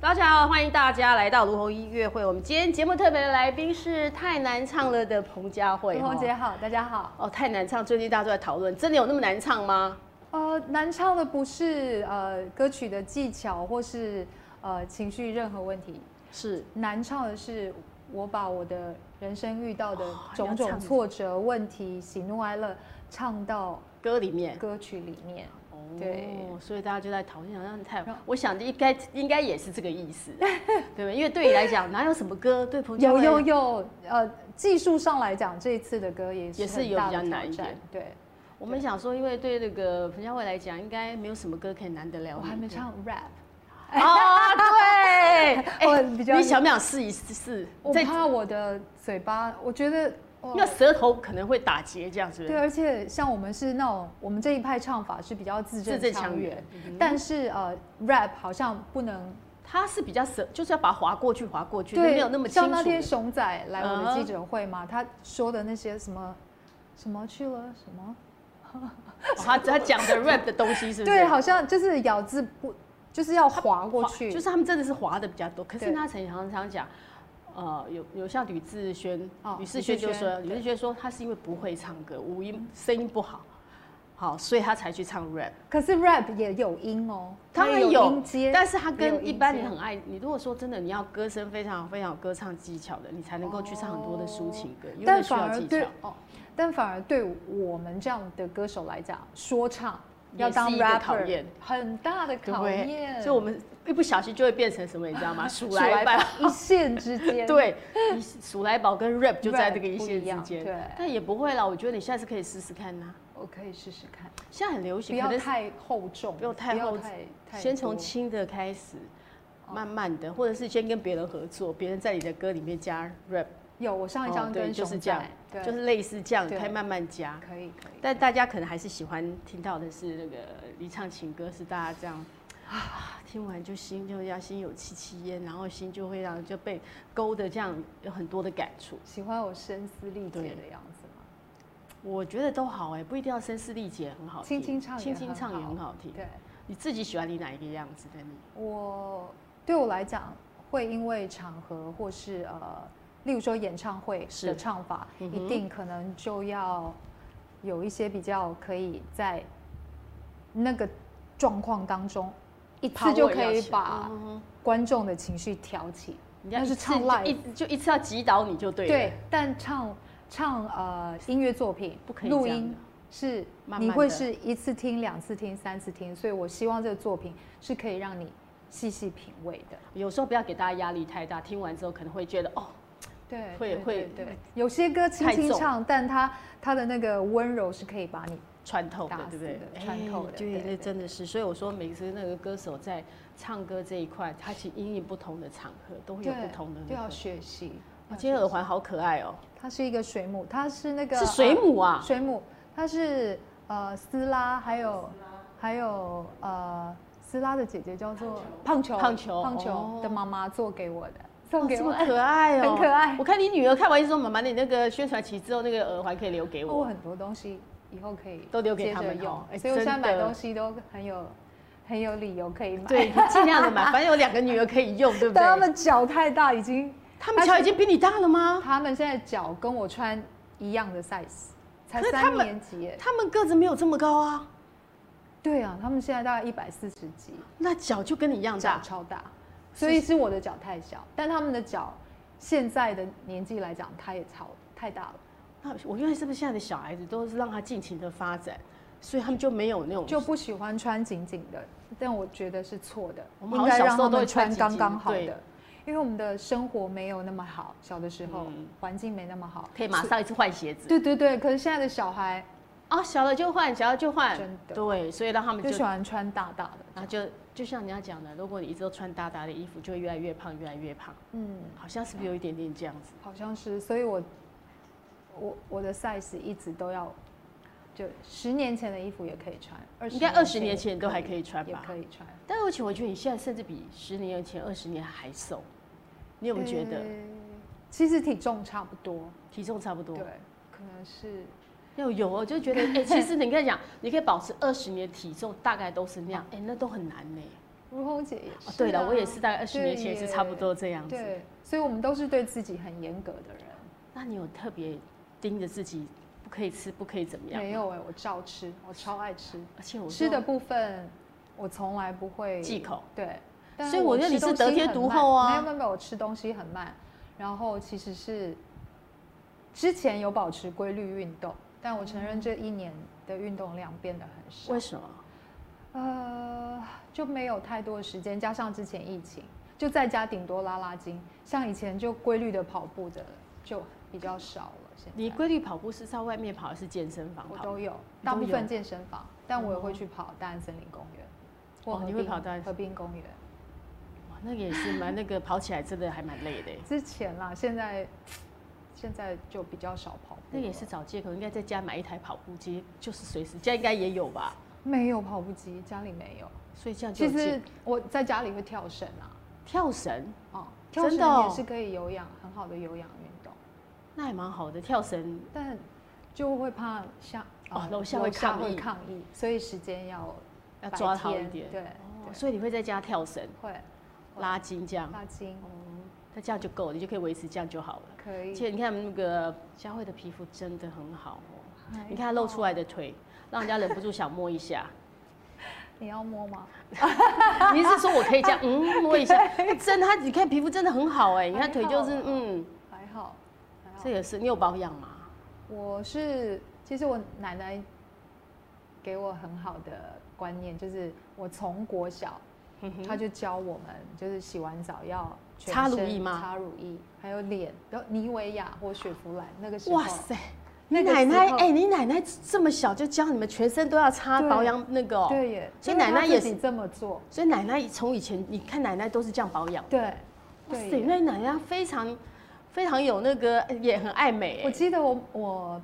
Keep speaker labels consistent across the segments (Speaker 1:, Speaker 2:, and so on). Speaker 1: 大家好，欢迎大家来到卢红音乐会。我们今天节目特别的来宾是太难唱了的彭佳慧。
Speaker 2: 吴红姐好，大家好。
Speaker 1: 哦，太难唱，最近大家都在讨论，真的有那么难唱吗？
Speaker 2: 呃，难唱的不是呃歌曲的技巧或是呃情绪任何问题，
Speaker 1: 是
Speaker 2: 难唱的是我把我的人生遇到的
Speaker 1: 哦
Speaker 2: 种
Speaker 1: 要唱
Speaker 2: 种挫折、问题、喜怒哀乐唱到
Speaker 1: 歌里面。
Speaker 2: 歌曲里面。
Speaker 1: 哦，
Speaker 2: 对
Speaker 1: 所以大家就在讨论，好像太
Speaker 2: 然后……
Speaker 1: 我想应该应该也是这个意 思，对吧？因为对你来讲，哪有什么歌对彭佳
Speaker 2: 有
Speaker 1: 慧
Speaker 2: 有有，呃，技术上来讲，这一次的歌也
Speaker 1: 也
Speaker 2: 是
Speaker 1: 是
Speaker 2: 很
Speaker 1: 有
Speaker 2: 大
Speaker 1: 比较
Speaker 2: 的挑
Speaker 1: 难一
Speaker 2: 战
Speaker 1: 点。
Speaker 2: 对，
Speaker 1: 我们想说，因为对那个彭佳慧来讲，应该没有什么歌可以难得了
Speaker 2: 我
Speaker 1: 你。
Speaker 2: 还 没唱 rap，
Speaker 1: 啊，对，
Speaker 2: 我
Speaker 1: 哎，
Speaker 2: 哦比较
Speaker 1: 你想不想试一试？
Speaker 2: 我
Speaker 1: 在
Speaker 2: 怕我的嘴巴，我觉得哦
Speaker 1: 那舌头可能会打结，这样子。
Speaker 2: 对，而啊且像我们是那种我们这一派唱法是比较字
Speaker 1: 字正
Speaker 2: 正
Speaker 1: 腔
Speaker 2: 腔圆
Speaker 1: 圆，
Speaker 2: 但是呃，rap 好像不能
Speaker 1: 它是比较舌，就是要把它划过去，划过去，就没有那么清
Speaker 2: 像那
Speaker 1: 楚
Speaker 2: 天
Speaker 1: 的。
Speaker 2: 熊仔来我
Speaker 1: 嗯
Speaker 2: 的
Speaker 1: 哼
Speaker 2: 记者会嘛，他说的那些什么什么去了什么，
Speaker 1: 哦他他讲 的 rap 的东西是不是？
Speaker 2: 对，好像就是咬字不就是要划过
Speaker 1: 划
Speaker 2: 去，
Speaker 1: 就是他们真的是划的比较多。可是
Speaker 2: 对
Speaker 1: 他曾常常讲，呃，有有像吕志轩
Speaker 2: 哦，
Speaker 1: 吕志轩
Speaker 2: 吕志
Speaker 1: 就
Speaker 2: 轩
Speaker 1: 说，吕
Speaker 2: 对
Speaker 1: 志轩说他是因为不会唱歌，五音声音不好，好，所以他才去唱 rap。
Speaker 2: 可是 rap 也有音哦，
Speaker 1: 当然
Speaker 2: 也
Speaker 1: 有
Speaker 2: 音阶，
Speaker 1: 但是它
Speaker 2: 也有
Speaker 1: 跟
Speaker 2: 音
Speaker 1: 一般你
Speaker 2: 阶
Speaker 1: 很爱你，如果说真的你要歌声非常非常有歌唱技巧的，你才能够去唱很多的抒情歌，因为那
Speaker 2: 但
Speaker 1: 需
Speaker 2: 反
Speaker 1: 要
Speaker 2: 而
Speaker 1: 技
Speaker 2: 对
Speaker 1: 巧。
Speaker 2: 哦，但反而对我们这样的歌手来讲，说唱
Speaker 1: 也
Speaker 2: 要当
Speaker 1: 是一个
Speaker 2: rapper
Speaker 1: 考验
Speaker 2: 很大的考验，
Speaker 1: 所以我们一不小心就会变成什么，你知 道吗？数
Speaker 2: 数
Speaker 1: 来
Speaker 2: 来
Speaker 1: 宝
Speaker 2: 宝，一线之间，
Speaker 1: 对，你数来宝跟 rap 就在
Speaker 2: rap
Speaker 1: 这个一
Speaker 2: 不
Speaker 1: 线
Speaker 2: 一
Speaker 1: 之
Speaker 2: 样
Speaker 1: 间。
Speaker 2: 对
Speaker 1: 但也不会啦，我觉得你下次可以试试看呐、
Speaker 2: 我可以试试看，
Speaker 1: 现在很流
Speaker 2: 不
Speaker 1: 行，可
Speaker 2: 要
Speaker 1: 能是
Speaker 2: 太厚重，
Speaker 1: 不要太厚
Speaker 2: 太
Speaker 1: 先从
Speaker 2: 多哦
Speaker 1: 轻的开始，慢慢的，或者是先跟别人合作，别人在你的歌里面加 rap，
Speaker 2: 有我上一张
Speaker 1: 哦对
Speaker 2: 跟
Speaker 1: 就
Speaker 2: 熊
Speaker 1: 是这样
Speaker 2: 仔，对，
Speaker 1: 就是类似这样，
Speaker 2: 对
Speaker 1: 可以慢慢加。
Speaker 2: 可以可以。
Speaker 1: 但大家可能还是喜欢听到的是那个离唱情歌，是大家这样啊，听完就心就要心有戚戚焉，然后心就会让就被勾的这样有很多的感触。
Speaker 2: 喜欢我声嘶力竭
Speaker 1: 对
Speaker 2: 的样子吗？
Speaker 1: 我觉得都好哎、不一定要声嘶力竭，很好听，
Speaker 2: 轻轻唱也
Speaker 1: 轻轻
Speaker 2: 很
Speaker 1: 唱也
Speaker 2: 好
Speaker 1: 很好听。
Speaker 2: 对，
Speaker 1: 你自己喜欢你哪一个样子的你？
Speaker 2: 我对我来讲，会因为场合或是呃，例如说演唱会
Speaker 1: 是
Speaker 2: 的唱法，
Speaker 1: 嗯哼
Speaker 2: 一定可能就要有一些比较可以在那个状况当中，一次就可以把
Speaker 1: 嗯哼
Speaker 2: 观众的情绪挑起。
Speaker 1: 你要
Speaker 2: 那是
Speaker 1: 一次
Speaker 2: 唱
Speaker 1: 就
Speaker 2: live
Speaker 1: 一就一次要击倒你就对了。，
Speaker 2: 但唱唱呃音乐作品
Speaker 1: 不可以
Speaker 2: 录
Speaker 1: 这样
Speaker 2: 音
Speaker 1: 的
Speaker 2: 是
Speaker 1: 慢慢
Speaker 2: 你会
Speaker 1: 地
Speaker 2: 是一次听、两次听、三次听，所以我希望这个作品是可以让你细细品味的。
Speaker 1: 有时候不要给大家压力太大，听完之后可能会觉得哦，
Speaker 2: 对，
Speaker 1: 会
Speaker 2: 对
Speaker 1: 会
Speaker 2: 对对，有些歌轻
Speaker 1: 太
Speaker 2: 轻
Speaker 1: 重
Speaker 2: 唱，但它它的那个温柔是可以把你
Speaker 1: 穿透的
Speaker 2: 打，
Speaker 1: 对
Speaker 2: 死
Speaker 1: 不对？
Speaker 2: 的穿透的
Speaker 1: 哎对，
Speaker 2: 对
Speaker 1: 那
Speaker 2: 对
Speaker 1: 真的是。所以我说，每次那个歌手在唱歌这一块，他其实因应不同的场合，都会有不同的
Speaker 2: 都
Speaker 1: 那
Speaker 2: 要
Speaker 1: 个。
Speaker 2: 学习。
Speaker 1: 我今天耳环好可爱哦，
Speaker 2: 它是一个水母，它是那个
Speaker 1: 是水母
Speaker 2: 呃
Speaker 1: 啊，
Speaker 2: 水母，它是呃斯拉，还有还有呃斯拉的姐姐叫做胖球
Speaker 1: 胖球
Speaker 2: 胖
Speaker 1: 哦
Speaker 2: 球的妈妈做给我的，
Speaker 1: 哦
Speaker 2: 送给
Speaker 1: 这
Speaker 2: 我
Speaker 1: 么
Speaker 2: 的，
Speaker 1: 可爱哦，
Speaker 2: 很可爱
Speaker 1: 我看你女儿看完就说：“妈妈，你那个宣传期之后那个耳环可以留给
Speaker 2: 哦我
Speaker 1: 我。
Speaker 2: 很多东西以后可以
Speaker 1: 都留给
Speaker 2: 接
Speaker 1: 他
Speaker 2: 着
Speaker 1: 们哦
Speaker 2: 用
Speaker 1: 哎，
Speaker 2: 所以我现在
Speaker 1: 真的
Speaker 2: 买东西都很有很有理由可以”买。
Speaker 1: 对，你尽量的买， 反正有两个女儿可以用，对不对
Speaker 2: 但？ 他们脚太大，已经
Speaker 1: 他们乔已经比你大了吗？
Speaker 2: 他们现在脚跟我穿一样的 size，才
Speaker 1: 可是他
Speaker 2: 三
Speaker 1: 们
Speaker 2: 年级耶。
Speaker 1: 他们个子没有这么高啊，
Speaker 2: 对啊，他们现在大概一百四十级，
Speaker 1: 那脚就跟你一样
Speaker 2: 脚
Speaker 1: 大。
Speaker 2: 超大，所以是我的脚太小，但他们的脚现在的年纪来讲，他也超太大了，
Speaker 1: 那我觉得是不是现在的小孩子都是让他尽情的发展，所以他们就没有那种
Speaker 2: 就不喜欢穿紧紧的，但我觉得是错的，
Speaker 1: 我们
Speaker 2: 应
Speaker 1: 好像
Speaker 2: 该
Speaker 1: 小
Speaker 2: 让
Speaker 1: 时候
Speaker 2: 他
Speaker 1: 都会
Speaker 2: 们
Speaker 1: 穿
Speaker 2: 穿
Speaker 1: 紧紧
Speaker 2: 刚刚好
Speaker 1: 对
Speaker 2: 的。因为我们的生活没有那么好，小的时候
Speaker 1: 嗯
Speaker 2: 环境没那么好，
Speaker 1: 可以马上一次换鞋子。
Speaker 2: 对对对，可是现在的小孩
Speaker 1: 啊，小了就换，小了就换，
Speaker 2: 真的
Speaker 1: 对，所以让他们就
Speaker 2: 就，喜欢穿大大的，
Speaker 1: 然后就就像人家讲的，如果你一直都穿大大的衣服，就会越来越胖，越来越胖，
Speaker 2: 嗯，
Speaker 1: 好像是不是有一点点这样子？
Speaker 2: 好像是，所以我我我的 size 一直都要，就十年前的衣服也可以穿，二
Speaker 1: 应该二十年前都还可
Speaker 2: 以
Speaker 1: 以穿
Speaker 2: 也
Speaker 1: 吧？
Speaker 2: 可以穿。
Speaker 1: 但而且我觉得你现在甚至比十年前、二十年还瘦，你有没有觉得
Speaker 2: 呃其实体重差不多，
Speaker 1: 体重差不多
Speaker 2: 对？，可能是
Speaker 1: 要有，我就觉 得，哎、其实你跟你讲，你可以保持二十年体重大概都是那样，哎、那都很难呢、
Speaker 2: 如虹姐也是、啊
Speaker 1: 对了，我也是大概二十年前也是差不多这样子。
Speaker 2: 对，所以我们都是对自己很严格的人。
Speaker 1: 那你有特别盯着自己不可以吃，不可以怎么样？
Speaker 2: 没，有哎、我照吃，我超爱吃。
Speaker 1: 而且我
Speaker 2: 吃的部分我从来不会
Speaker 1: 忌口，
Speaker 2: 对，但
Speaker 1: 所以我觉得你
Speaker 2: 吃
Speaker 1: 是
Speaker 2: 东
Speaker 1: 得
Speaker 2: 西
Speaker 1: 天
Speaker 2: 很
Speaker 1: 独
Speaker 2: 慢
Speaker 1: 厚啊
Speaker 2: 没有没有没有，我吃东西很慢，然后其实是之前有保持规律运动，但我承认这一年的运动量变得很少，
Speaker 1: 为什么？
Speaker 2: 呃，就没有太多的时间，加上之前疫情，就在家顶多拉拉筋，像以前就规律的跑步的就比较少了。现在
Speaker 1: 你规律跑步是在外面跑还是健身房
Speaker 2: 我
Speaker 1: 跑？
Speaker 2: 都有，
Speaker 1: 你
Speaker 2: 大
Speaker 1: 都
Speaker 2: 部分
Speaker 1: 有
Speaker 2: 健身房，但我也会
Speaker 1: 哦
Speaker 2: 去跑大安森林公园，或
Speaker 1: 哦
Speaker 2: 河
Speaker 1: 你会
Speaker 2: 滨
Speaker 1: 跑大安
Speaker 2: 河滨公园。
Speaker 1: 哇，那个也是蛮那个跑起来真的还蛮累 的耶。
Speaker 2: 之前啦，现在现在就比较少跑步了，
Speaker 1: 那也是找借口，应该在家买一台跑步机，就是随时家应该也有吧，
Speaker 2: 没有跑步机，家里没有。
Speaker 1: 所以这样就
Speaker 2: 其
Speaker 1: 有借
Speaker 2: 实我在家里会跳绳啊，
Speaker 1: 跳绳
Speaker 2: 哦，
Speaker 1: 真
Speaker 2: 跳绳
Speaker 1: 的哦
Speaker 2: 也是可以有氧，很好的有氧运动，
Speaker 1: 那还蛮好的，跳绳
Speaker 2: 但就会怕下
Speaker 1: 哦
Speaker 2: 呃
Speaker 1: 楼下会抗
Speaker 2: 会
Speaker 1: 议
Speaker 2: 抗议，所以时间要
Speaker 1: 要
Speaker 2: 白
Speaker 1: 抓好一
Speaker 2: 天
Speaker 1: 点。
Speaker 2: 对，
Speaker 1: 哦，
Speaker 2: 对
Speaker 1: 所以你会在家跳绳、
Speaker 2: 会
Speaker 1: 拉筋这样，
Speaker 2: 拉筋
Speaker 1: 哦，那这样就够了，你就可以维持这样就好了。
Speaker 2: 可
Speaker 1: 而
Speaker 2: 以，
Speaker 1: 且你看那个佳慧的皮肤真的很好哦，
Speaker 2: 还
Speaker 1: 你看她露出
Speaker 2: 好，
Speaker 1: 来的腿，让人家忍不住想摸一下。
Speaker 2: 你要摸吗？
Speaker 1: 你是说我可以这样 嗯摸一下？真的，她你看皮肤真的很好哎，你看
Speaker 2: 很
Speaker 1: 腿就是
Speaker 2: 好啊
Speaker 1: 嗯，
Speaker 2: 还好，还好
Speaker 1: 这。也是你有保养吗？
Speaker 2: 我是，其实我奶奶给我很好的观念，就是我从国小，她就教我们，就是洗完澡要
Speaker 1: 嗯
Speaker 2: 全
Speaker 1: 擦乳
Speaker 2: 身
Speaker 1: 液吗
Speaker 2: 擦乳液，还有脸，然后妮维雅或雪佛兰那个时候，
Speaker 1: 哇塞！你
Speaker 2: 那个
Speaker 1: 奶
Speaker 2: 时
Speaker 1: 奶
Speaker 2: 候
Speaker 1: 哎、你奶奶这么小就教你们全身都要擦
Speaker 2: 对
Speaker 1: 保养那个、哦，
Speaker 2: 对耶，
Speaker 1: 所以
Speaker 2: 因为
Speaker 1: 奶
Speaker 2: 她
Speaker 1: 奶也
Speaker 2: 自己这么做，
Speaker 1: 所以奶奶从以前你看奶奶都是这样保养。
Speaker 2: 对，
Speaker 1: 哇
Speaker 2: 对
Speaker 1: 塞，
Speaker 2: 耶
Speaker 1: 那奶奶非常非常有那个，也很爱美、
Speaker 2: 我
Speaker 1: 哎
Speaker 2: 记得我我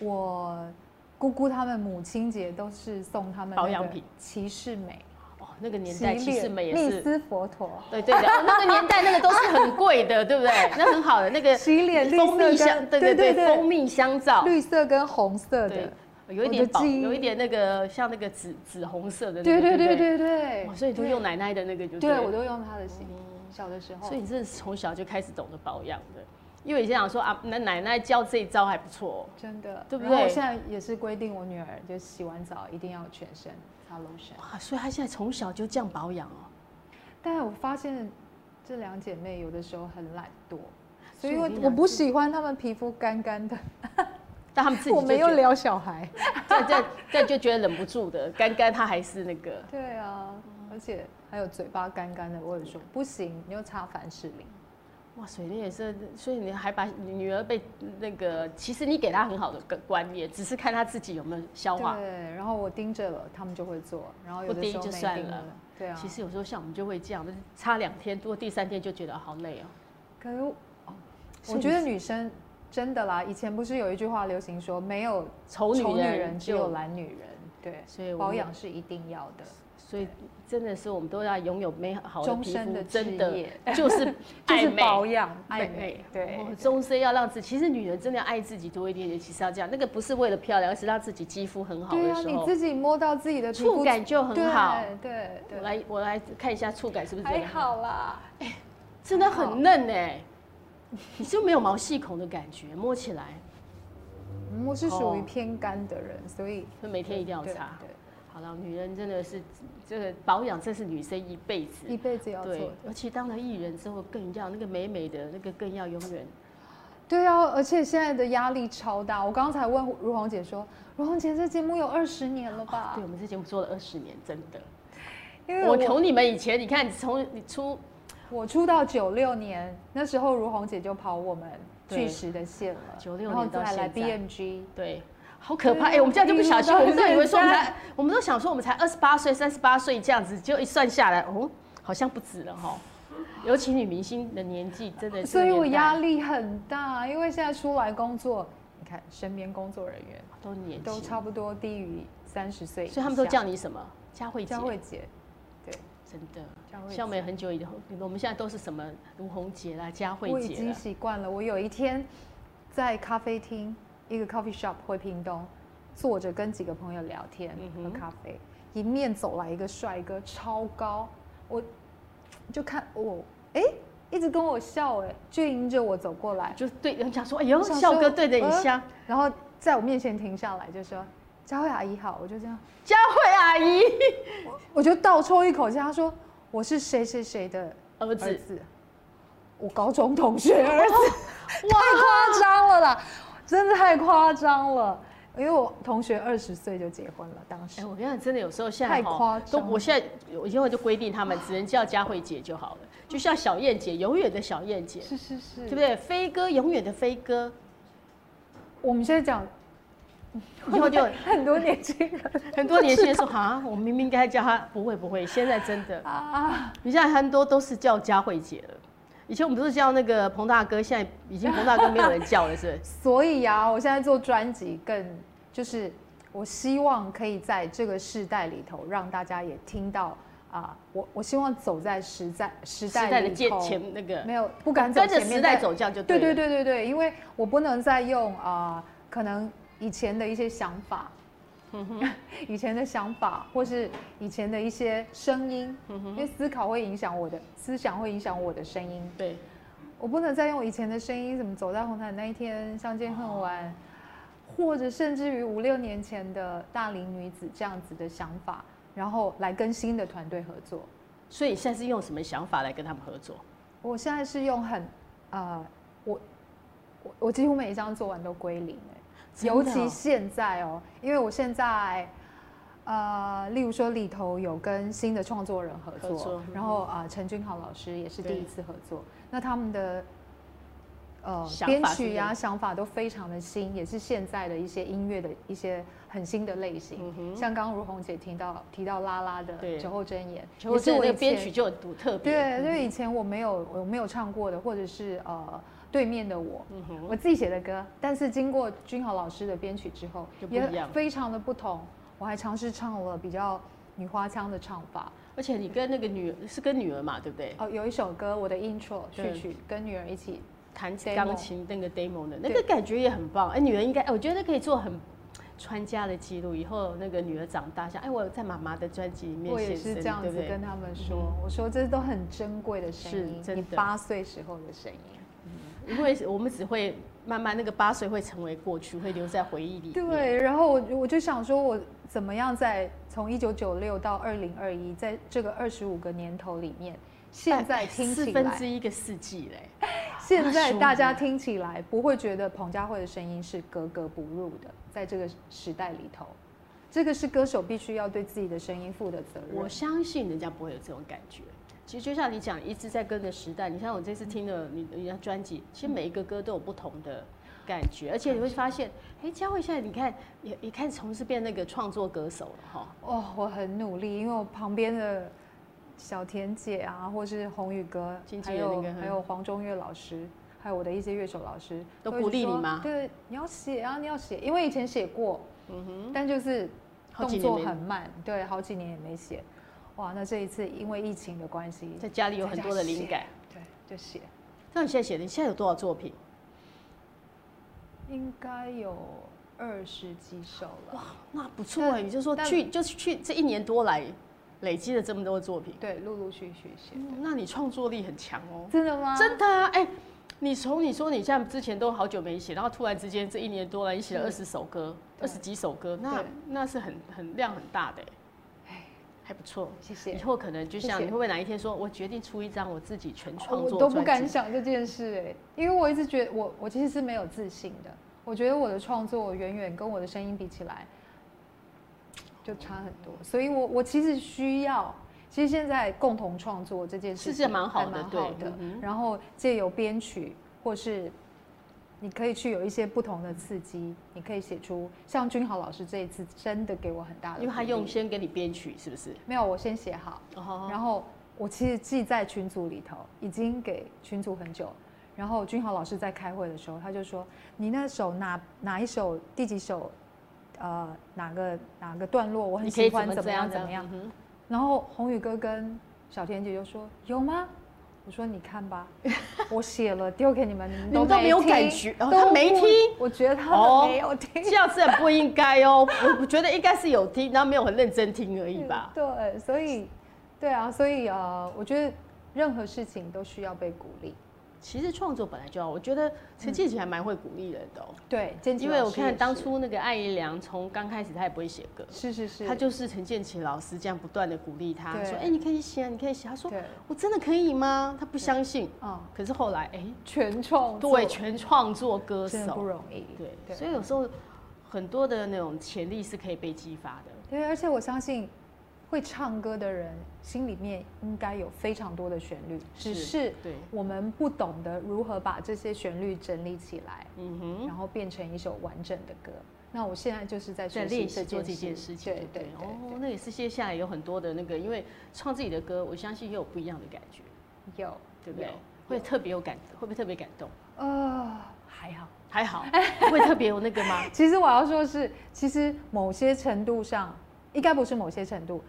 Speaker 2: 我姑姑他们母亲节都是送他们
Speaker 1: 保
Speaker 2: 那
Speaker 1: 养
Speaker 2: 个
Speaker 1: 品
Speaker 2: 骑士美
Speaker 1: 哦，那个年
Speaker 2: 洗
Speaker 1: 代
Speaker 2: 脸，
Speaker 1: 其实美也
Speaker 2: 丽
Speaker 1: 是，
Speaker 2: 丝佛陀。
Speaker 1: 对对的、哦，那个年代那个都是很贵的， 对不对？那很好的那个
Speaker 2: 洗脸绿
Speaker 1: 蜂
Speaker 2: 色
Speaker 1: 蜜香，
Speaker 2: 跟
Speaker 1: 对对
Speaker 2: 对对
Speaker 1: 对，
Speaker 2: 对
Speaker 1: 蜂蜜香皂，
Speaker 2: 绿色跟红色
Speaker 1: 对
Speaker 2: 的，，
Speaker 1: 有一
Speaker 2: 我
Speaker 1: 点
Speaker 2: 的
Speaker 1: 宝，
Speaker 2: 记忆
Speaker 1: 有一点那个像那个紫紫红色的、那
Speaker 2: 对
Speaker 1: 个，
Speaker 2: 对
Speaker 1: 对
Speaker 2: 对
Speaker 1: 不
Speaker 2: 对对，
Speaker 1: 哇所以你都
Speaker 2: 对
Speaker 1: 用奶奶的那个就
Speaker 2: 对
Speaker 1: 了
Speaker 2: 我都用它的洗，小的时候
Speaker 1: 哦所以你是从小就开始懂得保养的，因为你想说啊，那奶奶教这一招还不错、哦。
Speaker 2: 真的，
Speaker 1: 对不
Speaker 2: 然后我
Speaker 1: 对
Speaker 2: 现在也是规定我女儿，就洗完澡一定要全身擦 lotion，
Speaker 1: 哇，所以她现在从小就这样保养哦。
Speaker 2: 但我发现这两姐妹有的时候很懒惰。所
Speaker 1: 所
Speaker 2: 以
Speaker 1: 以
Speaker 2: 我
Speaker 1: 我跟你
Speaker 2: 我
Speaker 1: 讲
Speaker 2: 不喜欢她们皮肤干干的，
Speaker 1: 但他们自己
Speaker 2: 我
Speaker 1: 就
Speaker 2: 没
Speaker 1: 觉
Speaker 2: 有
Speaker 1: 得，嗯
Speaker 2: 聊小孩。
Speaker 1: 这这这就觉得忍不住的，干干她还是那个，
Speaker 2: 对啊，而且还有嘴巴干干的，我也说不行，你就擦凡士林。
Speaker 1: 哇，水莲也是，所以你还把女儿被那个，其实你给她很好的观观念，只是看她自己有没有消化。
Speaker 2: 对，然后我盯着了，他们就会做，然后有
Speaker 1: 不
Speaker 2: 的
Speaker 1: 盯
Speaker 2: 时候
Speaker 1: 就
Speaker 2: 没
Speaker 1: 算
Speaker 2: 盯
Speaker 1: 了
Speaker 2: 了。对啊，
Speaker 1: 其实有时候像我们就会这样，就是差两天，如果第三天就觉得好累哦。
Speaker 2: 可是我，
Speaker 1: 所以
Speaker 2: 我
Speaker 1: 你
Speaker 2: 觉得女生真的啦，以前不是有一句话流行说，没有
Speaker 1: 丑女
Speaker 2: 女
Speaker 1: 人
Speaker 2: 人，只
Speaker 1: 就
Speaker 2: 有懒女人。对，
Speaker 1: 所以我们
Speaker 2: 保养是一定要的，
Speaker 1: 所以真的是我们都要拥有美好的
Speaker 2: 终
Speaker 1: 皮
Speaker 2: 身
Speaker 1: 肤
Speaker 2: 的，
Speaker 1: 真
Speaker 2: 职
Speaker 1: 的
Speaker 2: 业
Speaker 1: 就是
Speaker 2: 就
Speaker 1: 爱
Speaker 2: 是
Speaker 1: 美。
Speaker 2: 保养爱
Speaker 1: 爱
Speaker 2: 美
Speaker 1: 美，，
Speaker 2: 对
Speaker 1: 哦，终身要让自己。其实女人真的要爱自己多一点点，其实要这样，那个不是为了漂亮，而是让自己肌肤很好
Speaker 2: 对
Speaker 1: 的
Speaker 2: 啊，
Speaker 1: 时
Speaker 2: 你
Speaker 1: 候，
Speaker 2: 自己摸到自己的皮肤
Speaker 1: 触感就很好。
Speaker 2: 对啊对
Speaker 1: 我
Speaker 2: 对，
Speaker 1: 来，我来看一下触感是不是真
Speaker 2: 还
Speaker 1: 的，
Speaker 2: 好啦，
Speaker 1: 真的很嫩哎，你就没有毛细孔的感觉，摸起来，
Speaker 2: 嗯我是属于
Speaker 1: 哦
Speaker 2: 偏干的人，所以
Speaker 1: 所以每天一定要
Speaker 2: 对
Speaker 1: 擦。
Speaker 2: 对，
Speaker 1: 好了，女人真的是这个保养，这是女生一辈子。
Speaker 2: 一辈子要做
Speaker 1: 对，而且当了艺人之后，更要那个美美的那个，更要永远
Speaker 2: 对啊，而且现在的压力超大。我刚才问如虹姐说，如虹姐这节目有二十年了吧？
Speaker 1: 对，我们这节目做了二十年，真的。
Speaker 2: 啊因为
Speaker 1: 哦我
Speaker 2: 我
Speaker 1: 从你们以前，你看从你出
Speaker 2: 我出道九六年，那时候如虹姐就跑我们
Speaker 1: 对
Speaker 2: 巨石的线了，
Speaker 1: 96
Speaker 2: 然后
Speaker 1: 年到
Speaker 2: 再来
Speaker 1: 现在
Speaker 2: BMG，
Speaker 1: 对，好可怕！
Speaker 2: 对
Speaker 1: 哎、我们这样就不小心，
Speaker 2: 一路到
Speaker 1: 我们都以为说我们
Speaker 2: 现
Speaker 1: 才，我们都想说我们才二十八岁、三十八岁这样子，结果一算下来，哦，好像不止了哈。尤其女明星的年纪真的是，
Speaker 2: 所以我压力很大，因为现在出来工作，你看身边工作人员
Speaker 1: 都年
Speaker 2: 都
Speaker 1: 纪，
Speaker 2: 差不多低于三十岁以下，
Speaker 1: 所以他们都叫你什么？佳慧姐
Speaker 2: 佳，慧姐，对，
Speaker 1: 真
Speaker 2: 佳慧
Speaker 1: 的，
Speaker 2: 姐
Speaker 1: 像我们很久以后，我们现在都是什么如虹姐啦、佳慧
Speaker 2: 我已
Speaker 1: 姐
Speaker 2: 经
Speaker 1: 啦，
Speaker 2: 习惯了。我有一天在咖啡厅一个 coffee shop 回屏东，坐着跟几个朋友聊天、
Speaker 1: 嗯
Speaker 2: 喝
Speaker 1: 哼
Speaker 2: 咖啡，迎面走来一个帅哥，超高，我就看我，哎、一直跟我笑、哎，就迎着我走过来，
Speaker 1: 就对人家说，哎呦，
Speaker 2: 我想
Speaker 1: 笑
Speaker 2: 说
Speaker 1: 哥对着你
Speaker 2: 呃
Speaker 1: 笑，
Speaker 2: 然后在我面前停下来，就说：“佳慧阿姨好。”我就这样，
Speaker 1: 佳慧阿姨
Speaker 2: 我就倒抽一口气，他说：“我是谁谁谁的
Speaker 1: 儿
Speaker 2: 儿
Speaker 1: 子，
Speaker 2: 子，我高中同学 儿子，太夸张了啦，真的太夸张了。因为我同学二十岁就结婚了，当
Speaker 1: 哎、
Speaker 2: 时
Speaker 1: 我跟你讲，真的有时候现在
Speaker 2: 太
Speaker 1: 哈，
Speaker 2: 夸
Speaker 1: 都
Speaker 2: 张
Speaker 1: 我
Speaker 2: 了。
Speaker 1: 现在我因为就规定他们只能叫佳慧姐就好了，就像小燕姐，永远的小燕姐，
Speaker 2: 是是是，
Speaker 1: 对不对？飞哥永远的飞 哥，
Speaker 2: 我们现在讲，
Speaker 1: 以后就
Speaker 2: 很多年轻 人
Speaker 1: 很多年轻人说啊，我明明该叫她，不会不会，现在真的，
Speaker 2: 啊，
Speaker 1: 你现在很多都是叫佳慧姐了。以前我们都是叫那个彭大哥，现在已经彭大哥没有人叫了，是不是？
Speaker 2: 所以啊，我现在做专辑更就是，我希望可以在这个世代里头，让大家也听到啊、我我希望走在时代 时代
Speaker 1: 时代的
Speaker 2: 里
Speaker 1: 前
Speaker 2: 头
Speaker 1: 前那个
Speaker 2: 没有不敢走
Speaker 1: 跟着
Speaker 2: 前面
Speaker 1: 时代
Speaker 2: 但
Speaker 1: 走，这样就
Speaker 2: 对
Speaker 1: 对
Speaker 2: 对
Speaker 1: 了。
Speaker 2: 对对对，因为我不能再用啊、呃可能以前的一些想法， 以前的想法，或是以前的一些声音，因为思考会影响我的思想，会影响我的声音。
Speaker 1: 对，
Speaker 2: 我不能再用以前的声音，什么走在红毯那一天，相见恨晚，或者甚至于五六年前的大龄女子这样子的想法，然后来跟新的团队合作。
Speaker 1: 所以现在是用什么想法来跟他们合作？
Speaker 2: 我现在是用很，呃，我我我几乎每一张做完都归零、欸，
Speaker 1: 真的
Speaker 2: 尤其
Speaker 1: 哦
Speaker 2: 现在哦、因为我现在，呃，例如说里头有跟新的创作人合
Speaker 1: 合
Speaker 2: 作，
Speaker 1: 作嗯
Speaker 2: 然后啊、呃，陈君豪老师也是第
Speaker 1: 对
Speaker 2: 一次合作，那他们的。呃，
Speaker 1: 想
Speaker 2: 编
Speaker 1: 法
Speaker 2: 曲
Speaker 1: 是
Speaker 2: 呀、想法都非常的新，也是现在的一些音乐的一些很新的类型。
Speaker 1: 嗯哼
Speaker 2: 像刚刚如红姐提到提到拉拉的
Speaker 1: 对
Speaker 2: 《酒后真言》，
Speaker 1: 求
Speaker 2: 也是
Speaker 1: 是
Speaker 2: 我
Speaker 1: 那个
Speaker 2: 以
Speaker 1: 编
Speaker 2: 前
Speaker 1: 曲嗯就很独特别。
Speaker 2: 对，就是以前我没有我没有唱过的，或者是呃对面的我，
Speaker 1: 嗯哼，
Speaker 2: 我自己写的歌，但是经过君豪老师的编曲之后
Speaker 1: 就，不一
Speaker 2: 也
Speaker 1: 样
Speaker 2: 非常的不同。我还尝试唱了比较女花腔的唱法，
Speaker 1: 而且你跟那个女是跟女儿嘛，对不对？
Speaker 2: 哦，有一首歌我的 intro 序
Speaker 1: 对
Speaker 2: 曲跟女儿一起，
Speaker 1: 弹
Speaker 2: Demo
Speaker 1: 钢琴那个 demo 的那个
Speaker 2: 对
Speaker 1: 感觉也很棒。哎，女儿应该，哎我觉得可以做很传家的记录。以后那个女儿长大，像哎，我有在妈妈的专辑里面
Speaker 2: 我也
Speaker 1: 现
Speaker 2: 是
Speaker 1: 身，
Speaker 2: 这样
Speaker 1: 对
Speaker 2: 子
Speaker 1: 不对？嗯
Speaker 2: 跟他们说，我说这都很珍贵的声
Speaker 1: 是
Speaker 2: 音，
Speaker 1: 真
Speaker 2: 你
Speaker 1: 的
Speaker 2: 八岁时候的声音，
Speaker 1: 因为我们只会慢慢那个八岁会成为过去，会留在回忆里。，
Speaker 2: 对。然后我我就想说，我怎么样在从一九九六到二零二一，在这个二十五个年头里面，现在听
Speaker 1: 哎四
Speaker 2: 起
Speaker 1: 分
Speaker 2: 来
Speaker 1: 之一个世纪嘞。
Speaker 2: 现在大
Speaker 1: 啊
Speaker 2: 家
Speaker 1: 是
Speaker 2: 听起来不会觉得彭佳慧的声音是格格不入的，在这个时代里头，这个是歌手必须要对自己的声音负的责任。
Speaker 1: 我相信人家不会有这种感觉。其实就像你讲，一直在跟着时代。你像我这次听了你你的专辑，其实每一个歌都有不同的感觉，而且你会发现，哎，佳慧现在你看也也看从事变那个创作歌手了哈。
Speaker 2: 哦，我很努力，因为我旁边的小田姐啊，或是宏宇哥
Speaker 1: 经，纪
Speaker 2: 还
Speaker 1: 人
Speaker 2: 有
Speaker 1: 那个
Speaker 2: 还有黄中岳老师，还有我的一些乐手老师，
Speaker 1: 都
Speaker 2: 会
Speaker 1: 鼓励
Speaker 2: 说
Speaker 1: 你吗
Speaker 2: 对，你要写啊，你要写，因为以前写过，
Speaker 1: 嗯哼，
Speaker 2: 但就是
Speaker 1: 好
Speaker 2: 动
Speaker 1: 几
Speaker 2: 作
Speaker 1: 年
Speaker 2: 很慢，对，好几年也没写。哇，那这一次因为疫情的关系
Speaker 1: 没，在家里有很多的灵感。
Speaker 2: 对，就写。
Speaker 1: 那你现在写的，你现在有多少作品？
Speaker 2: 应该有二十几首了。
Speaker 1: 那不错哎，
Speaker 2: 但
Speaker 1: 你就说
Speaker 2: 但
Speaker 1: 去就是去这一年多来累积了这么多作品，
Speaker 2: 对，陆陆续续写。
Speaker 1: 嗯那你创作力很强哦。
Speaker 2: 真的吗？
Speaker 1: 真的啊，哎、你从你说你像之前都好久没写，然后突然之间这一年多来，你写了二十首歌，二
Speaker 2: 对
Speaker 1: 十几首歌，那
Speaker 2: 对
Speaker 1: 那是很很量很大的、哎还不错。
Speaker 2: 谢谢
Speaker 1: 以。后可能就像
Speaker 2: 谢
Speaker 1: 你
Speaker 2: 谢
Speaker 1: 会不会哪一天说，我决定出一张我自己全
Speaker 2: 哦
Speaker 1: 创
Speaker 2: 我
Speaker 1: 作
Speaker 2: 都不
Speaker 1: 专
Speaker 2: 敢
Speaker 1: 辑？
Speaker 2: 想这件事哎、因为我一直觉得我我其实是没有自信的。我觉得我的创作远远跟我的声音比起来，就差很多。所以我我其实需要，其实现在共同创作这件事
Speaker 1: 是是
Speaker 2: 情
Speaker 1: 蛮好
Speaker 2: 还
Speaker 1: 的
Speaker 2: 蛮
Speaker 1: 对
Speaker 2: 好的
Speaker 1: 嗯。
Speaker 2: 然后借由编曲或是。你可以去有一些不同的刺激，你可以写出像君豪老师这一次真的给我很大的鼓励，
Speaker 1: 因为他用先给你编曲，是不是？
Speaker 2: 没有我先写好，
Speaker 1: 哦，
Speaker 2: 然后我其实记在群组里头，已经给群组很久。然后君豪老师在开会的时候，他就说：“你那首哪哪一首第几首，呃，哪个哪个段落我很
Speaker 1: 你可以
Speaker 2: 喜
Speaker 1: 怎
Speaker 2: 欢，
Speaker 1: 么
Speaker 2: 怎么样怎么
Speaker 1: 样
Speaker 2: 样。
Speaker 1: 嗯哼？”
Speaker 2: 然后宏宇哥跟小田姐就说：“有吗？我说你看吧，我写了丢给你们，你们
Speaker 1: 你们
Speaker 2: 都
Speaker 1: 都没有
Speaker 2: 听
Speaker 1: 感觉哦
Speaker 2: 都
Speaker 1: 他没
Speaker 2: 不
Speaker 1: 听
Speaker 2: 我觉得他
Speaker 1: 哦
Speaker 2: 们没有听。
Speaker 1: 这样子很不应该哦。我我觉得应该是有听，然后没有很认真听而已
Speaker 2: 嗯
Speaker 1: 吧。
Speaker 2: 对，所以，对啊，所以呃，我觉得任何事情都需要被鼓励。
Speaker 1: 其实创作本来就要，我觉得陈建奇还蛮会鼓励人的哦。
Speaker 2: 对，坚持。
Speaker 1: 因为我看当初那个艾怡良，从刚开始他也不会写歌，
Speaker 2: 是是是，
Speaker 1: 他就是陈建奇老师这样不断的鼓励他，
Speaker 2: 对
Speaker 1: 说：“哎、你可以写啊，你可以写。”他说
Speaker 2: 对，：“
Speaker 1: 我真的可以吗？”他不相信。
Speaker 2: 嗯，
Speaker 1: 可是后来，哎、
Speaker 2: 全创作
Speaker 1: 对，全创作歌
Speaker 2: 真的不
Speaker 1: 手，
Speaker 2: 容易。
Speaker 1: 对，
Speaker 2: 对
Speaker 1: 所以有时候很多的那种潜力是可以被激发的。
Speaker 2: 对，而且我相信会唱歌的人心里面应该有非常多的旋律，只
Speaker 1: 是
Speaker 2: 是
Speaker 1: 对，
Speaker 2: 我们不懂得如何把这些旋律整理起来，
Speaker 1: 嗯哼。
Speaker 2: 然后变成一首完整的歌。那我现在就是在
Speaker 1: 在
Speaker 2: 学习
Speaker 1: 练
Speaker 2: 这
Speaker 1: 习做这件
Speaker 2: 件
Speaker 1: 事情，
Speaker 2: 对
Speaker 1: 对
Speaker 2: 对
Speaker 1: 对
Speaker 2: 对。
Speaker 1: 哦，那也是接下来有很多的那个，因为唱自己的歌，我相信也有不一样的感觉，
Speaker 2: 对有
Speaker 1: 对不对
Speaker 2: 有？
Speaker 1: 会特哦别有感，会不会特别感动？
Speaker 2: 呃还好。
Speaker 1: 还好，会特别有那个吗？
Speaker 2: 其实我要说的是，其实某些程度上，应该不是某些程度，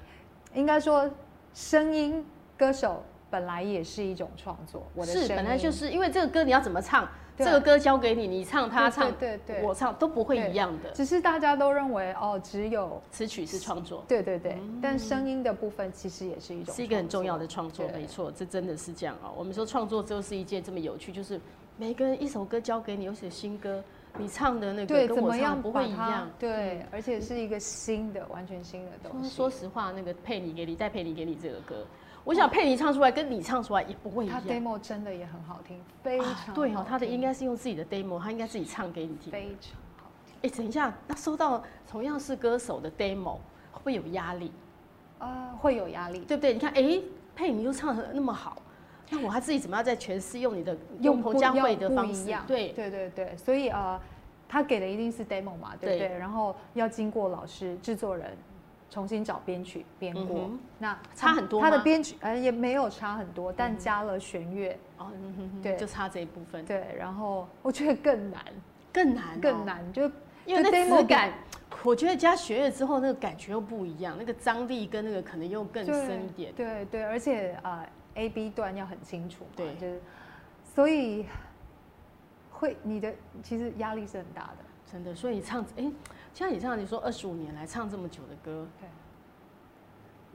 Speaker 2: 应该说声音歌手本来也是一种创作。我的声
Speaker 1: 是，
Speaker 2: 音
Speaker 1: 本来就是因为这个歌你要怎么唱，
Speaker 2: 对
Speaker 1: 这个歌交给你，你唱他唱，
Speaker 2: 对对对
Speaker 1: 我唱都不会
Speaker 2: 对
Speaker 1: 一样的。
Speaker 2: 只是大家都认为哦，只有
Speaker 1: 词曲是创作，
Speaker 2: 对对对，
Speaker 1: 嗯
Speaker 2: 但声音的部分其实也是一种
Speaker 1: 是一个很重要
Speaker 2: 的。
Speaker 1: 的创作，
Speaker 2: 对
Speaker 1: 没错，这真的是这样哦、我们说创作就是一件这么有趣，就是每个人一首歌交给你，有些新歌，你唱的那个
Speaker 2: 对，
Speaker 1: 跟
Speaker 2: 怎
Speaker 1: 我
Speaker 2: 么
Speaker 1: 唱
Speaker 2: 样
Speaker 1: 的不会
Speaker 2: 把
Speaker 1: 一
Speaker 2: 它
Speaker 1: 样。
Speaker 2: 对，而且是一个新的，完全新的东
Speaker 1: 说
Speaker 2: 西。
Speaker 1: 说实话，那个佩妮给你戴佩妮给你这个歌，我想佩妮唱出来跟你唱出来也不会一
Speaker 2: 他
Speaker 1: 样。啊
Speaker 2: demo 真的也很好听，非常好听、
Speaker 1: 对哦，他的应该是用自己的 demo，他应该自己唱给你听。
Speaker 2: 非常好听。
Speaker 1: 哎，等一下，那收到同样是歌手的 demo，会不会有压力？
Speaker 2: 呃，会有压力。
Speaker 1: 对不对？你看，哎，佩妮又唱的那么好，那我还自己怎么样在诠释用你的用彭
Speaker 2: 不
Speaker 1: 佳
Speaker 2: 要
Speaker 1: 慧的
Speaker 2: 不
Speaker 1: 方
Speaker 2: 一
Speaker 1: 式
Speaker 2: 样？
Speaker 1: 对，
Speaker 2: 对对对，所以呃，他给的一定是 demo 嘛，对不对？
Speaker 1: 对
Speaker 2: 然后要经过老师、制作人重新找编曲编过，
Speaker 1: 嗯哼
Speaker 2: 那
Speaker 1: 差很多
Speaker 2: 他的
Speaker 1: 吗嗯
Speaker 2: 编曲呃也没有差很多，但加了弦乐，
Speaker 1: 哦，嗯哼哼
Speaker 2: 对
Speaker 1: 就差这一部分，
Speaker 2: 对，然后我觉得更难，
Speaker 1: 更难、哦
Speaker 2: 更，难，就
Speaker 1: 因为
Speaker 2: 就
Speaker 1: 那
Speaker 2: demo
Speaker 1: 质感，我觉得加学乐之后那个感觉又不一样，那个张力跟那个可能又更
Speaker 2: 对
Speaker 1: 深一点。
Speaker 2: 对对，而且呃 A B 段要很清楚嘛，
Speaker 1: 对
Speaker 2: 就是所以会你的其实压力是很大的。
Speaker 1: 真的，所以你唱，哎、像你这样，你说二十五年来唱这么久的歌，
Speaker 2: 对，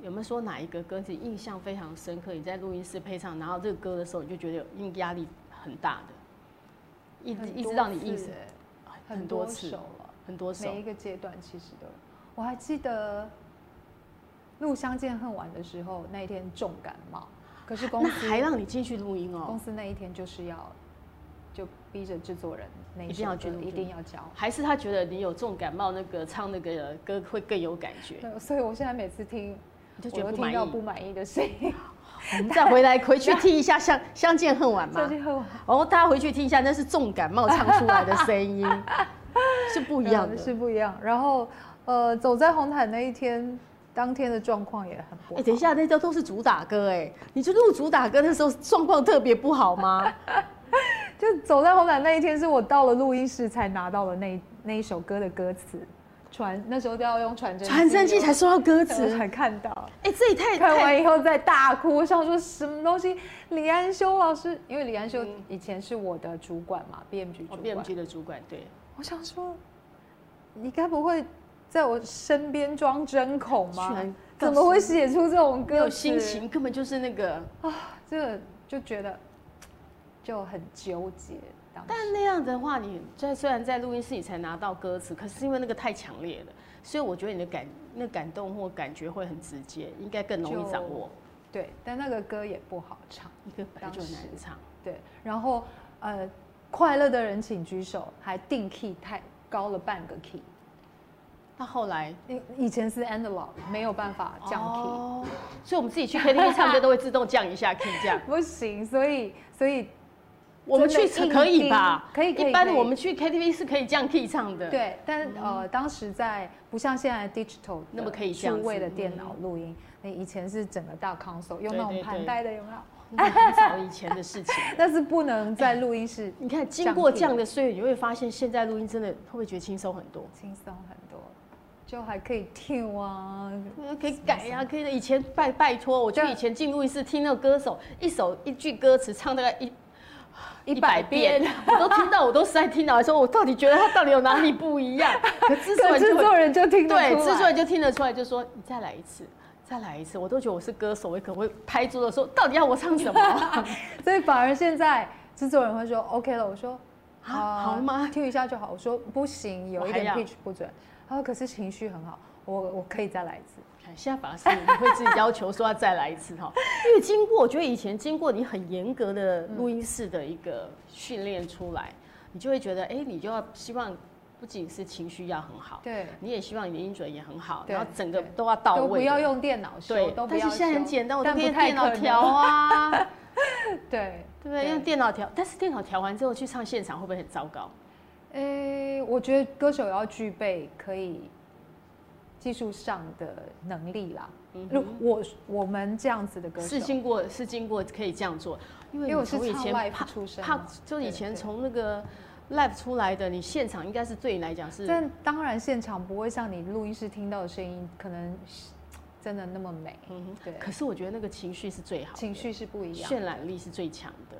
Speaker 1: 有没有说哪一个歌你印象非常深刻？你在录音室配唱，然后这个歌的时候，你就觉得有因压力很大的，一直
Speaker 2: 很
Speaker 1: 一直
Speaker 2: 多
Speaker 1: 到你
Speaker 2: 次
Speaker 1: 意识
Speaker 2: 欸
Speaker 1: 很
Speaker 2: 很
Speaker 1: 多
Speaker 2: 多
Speaker 1: 次
Speaker 2: 首，了。
Speaker 1: 很多首
Speaker 2: 每一个阶段其实都有。我还记得录《相见恨晚》的时候，那一天重感冒，可是公
Speaker 1: 那
Speaker 2: 司
Speaker 1: 还让你进去录音哦、
Speaker 2: 公司那一天就是要就逼着制作人那
Speaker 1: 一定
Speaker 2: 首
Speaker 1: 要
Speaker 2: 歌
Speaker 1: 去录
Speaker 2: 一定要交。
Speaker 1: 还是他觉得你有重感冒，那个唱那个歌会更有感觉，
Speaker 2: 对，所以我现在每次听，
Speaker 1: 你就觉
Speaker 2: 我
Speaker 1: 得
Speaker 2: 都
Speaker 1: 不
Speaker 2: 听
Speaker 1: 满意。
Speaker 2: 到不满意的声音。
Speaker 1: 我们 再回来回去听一下《相相见恨 晚》
Speaker 2: 相
Speaker 1: 吗？
Speaker 2: 见恨晚
Speaker 1: 哦，大家回去听一下，那是重感冒唱出来的声音，是不一样的。
Speaker 2: 是不一样。然后呃，走在红毯那一天，当天的状况也很不
Speaker 1: 哎、
Speaker 2: 好。
Speaker 1: 等一下，那都都是主打歌哎、你就录主打歌那时候状况特别不好 吗？
Speaker 2: 就走在红毯那一天，是我到了录音室才拿到了那那一首歌的歌词，传那时候都要用传真哦
Speaker 1: 传真机才收到歌
Speaker 2: 我
Speaker 1: 词，
Speaker 2: 才看到。
Speaker 1: 哎、这也太
Speaker 2: 看
Speaker 1: 太
Speaker 2: 完以后再大哭，我想说什么东西？李安修老师，因为李安修以前是我的主管嘛，BMG 主
Speaker 1: 嗯哦
Speaker 2: 管。
Speaker 1: ，BMG 的主管对，
Speaker 2: 我想说，你该不会在我身边装针孔
Speaker 1: 居
Speaker 2: 吗
Speaker 1: 然？
Speaker 2: 怎么会写出这种
Speaker 1: 啊没有
Speaker 2: 歌词？
Speaker 1: 心情，根本就是那个。
Speaker 2: 这就觉得就很纠结。当时
Speaker 1: 但那样的话，你在虽然在录音室你才拿到歌词，可是因为那个太强烈了，所以我觉得你的感那感动或感觉会很直接，应该更容易掌握。
Speaker 2: 对，但那个歌也不好唱。
Speaker 1: 一个本来就很难唱，
Speaker 2: 对，然后呃，快乐的人请举手，还定 key 太高了半个 key。
Speaker 1: 到后来
Speaker 2: 以以前是 analog，没有办法降 key，、
Speaker 1: 哦所以我们自己去 KTV 唱歌都会自动降一下 key 这样。
Speaker 2: 不行，所以所以
Speaker 1: 我们去
Speaker 2: 真的
Speaker 1: 可以吧？
Speaker 2: 硬钉可以可以
Speaker 1: 一般
Speaker 2: 可以
Speaker 1: 我们去 KTV 是可以这样 key 唱的。，
Speaker 2: 对，但、呃，当时在不像现在 digital
Speaker 1: 那么
Speaker 2: 的
Speaker 1: 可以这样
Speaker 2: 数
Speaker 1: 子
Speaker 2: 位
Speaker 1: 嗯
Speaker 2: 的电脑录音，那、以前是整个大 console 用
Speaker 1: 对
Speaker 2: 那种
Speaker 1: 对
Speaker 2: 盘
Speaker 1: 对
Speaker 2: 带的，有没有？
Speaker 1: 那很早以前的事 情。
Speaker 2: 但是不能在录音室
Speaker 1: 你看，经过这样的岁月，你会发现现在录音真的会不会觉得轻松很多？
Speaker 2: 轻松很多。就还可以听啊，
Speaker 1: 可以改呀、可以的。以前拜拜托，我就
Speaker 2: 对啊
Speaker 1: 以前进录音室听那个歌手一首一句歌词唱大概一
Speaker 2: 一百遍，
Speaker 1: 我都听到，我都实在听到，说我到底觉得他到底有哪里不一 样？可制作
Speaker 2: 可
Speaker 1: 人就
Speaker 2: 制
Speaker 1: 会
Speaker 2: 作人就听
Speaker 1: 对
Speaker 2: 得出来
Speaker 1: 制作人就听得出来，就说你再来一次。再来一次，我都觉得我是歌手，我可能会拍桌子说，到底要我唱什么？
Speaker 2: 所以反而现在制作人会说 OK 了，我说
Speaker 1: 啊好吗
Speaker 2: 听一下就好。我说不行，有一
Speaker 1: 我
Speaker 2: 点
Speaker 1: 还要
Speaker 2: pitch 不准。他说可是情绪很好，我我可以再来一次。
Speaker 1: 现在反而是你会自己要求说要再来一次哈， 因为经过我觉得以前经过你很严格的
Speaker 2: 嗯
Speaker 1: 录音室的一个训练出来，你就会觉得哎、你就要希望不仅是情绪要很好，
Speaker 2: 对，
Speaker 1: 你也希望你的音准也很好，
Speaker 2: 对
Speaker 1: 然后整个
Speaker 2: 对
Speaker 1: 都要到
Speaker 2: 都不
Speaker 1: 位
Speaker 2: 要
Speaker 1: 的。
Speaker 2: 用电脑修，
Speaker 1: 对
Speaker 2: 都，不
Speaker 1: 但
Speaker 2: 要
Speaker 1: 是现在很简单，我都
Speaker 2: 但
Speaker 1: 可
Speaker 2: 不
Speaker 1: 以用
Speaker 2: 太
Speaker 1: 电脑
Speaker 2: 可能
Speaker 1: 调。 啊，
Speaker 2: 对，
Speaker 1: 对不对？用电脑调，但是电脑调完之后去唱现场会不会很糟糕？
Speaker 2: 诶，我觉得歌手要具备可以技术上的能力啦。
Speaker 1: 嗯
Speaker 2: 如我我们这样子的歌手
Speaker 1: 是，经过是经过可以这样做，因
Speaker 2: 因
Speaker 1: 为
Speaker 2: 为我
Speaker 1: 你
Speaker 2: 是
Speaker 1: 从以
Speaker 2: 唱
Speaker 1: 前
Speaker 2: live
Speaker 1: 怕
Speaker 2: 出身
Speaker 1: 怕
Speaker 2: 嘛，
Speaker 1: 就以
Speaker 2: 对
Speaker 1: 前
Speaker 2: 对
Speaker 1: 从那个 live 出来的，你现场应该是对你来讲是
Speaker 2: 但当然，现场不会像你录音室听到的声音，可能 是真的那么美。
Speaker 1: 嗯哼
Speaker 2: 对，
Speaker 1: 可是我觉得那个情绪是最好的，
Speaker 2: 情绪是不一样，
Speaker 1: 渲染力是最强的。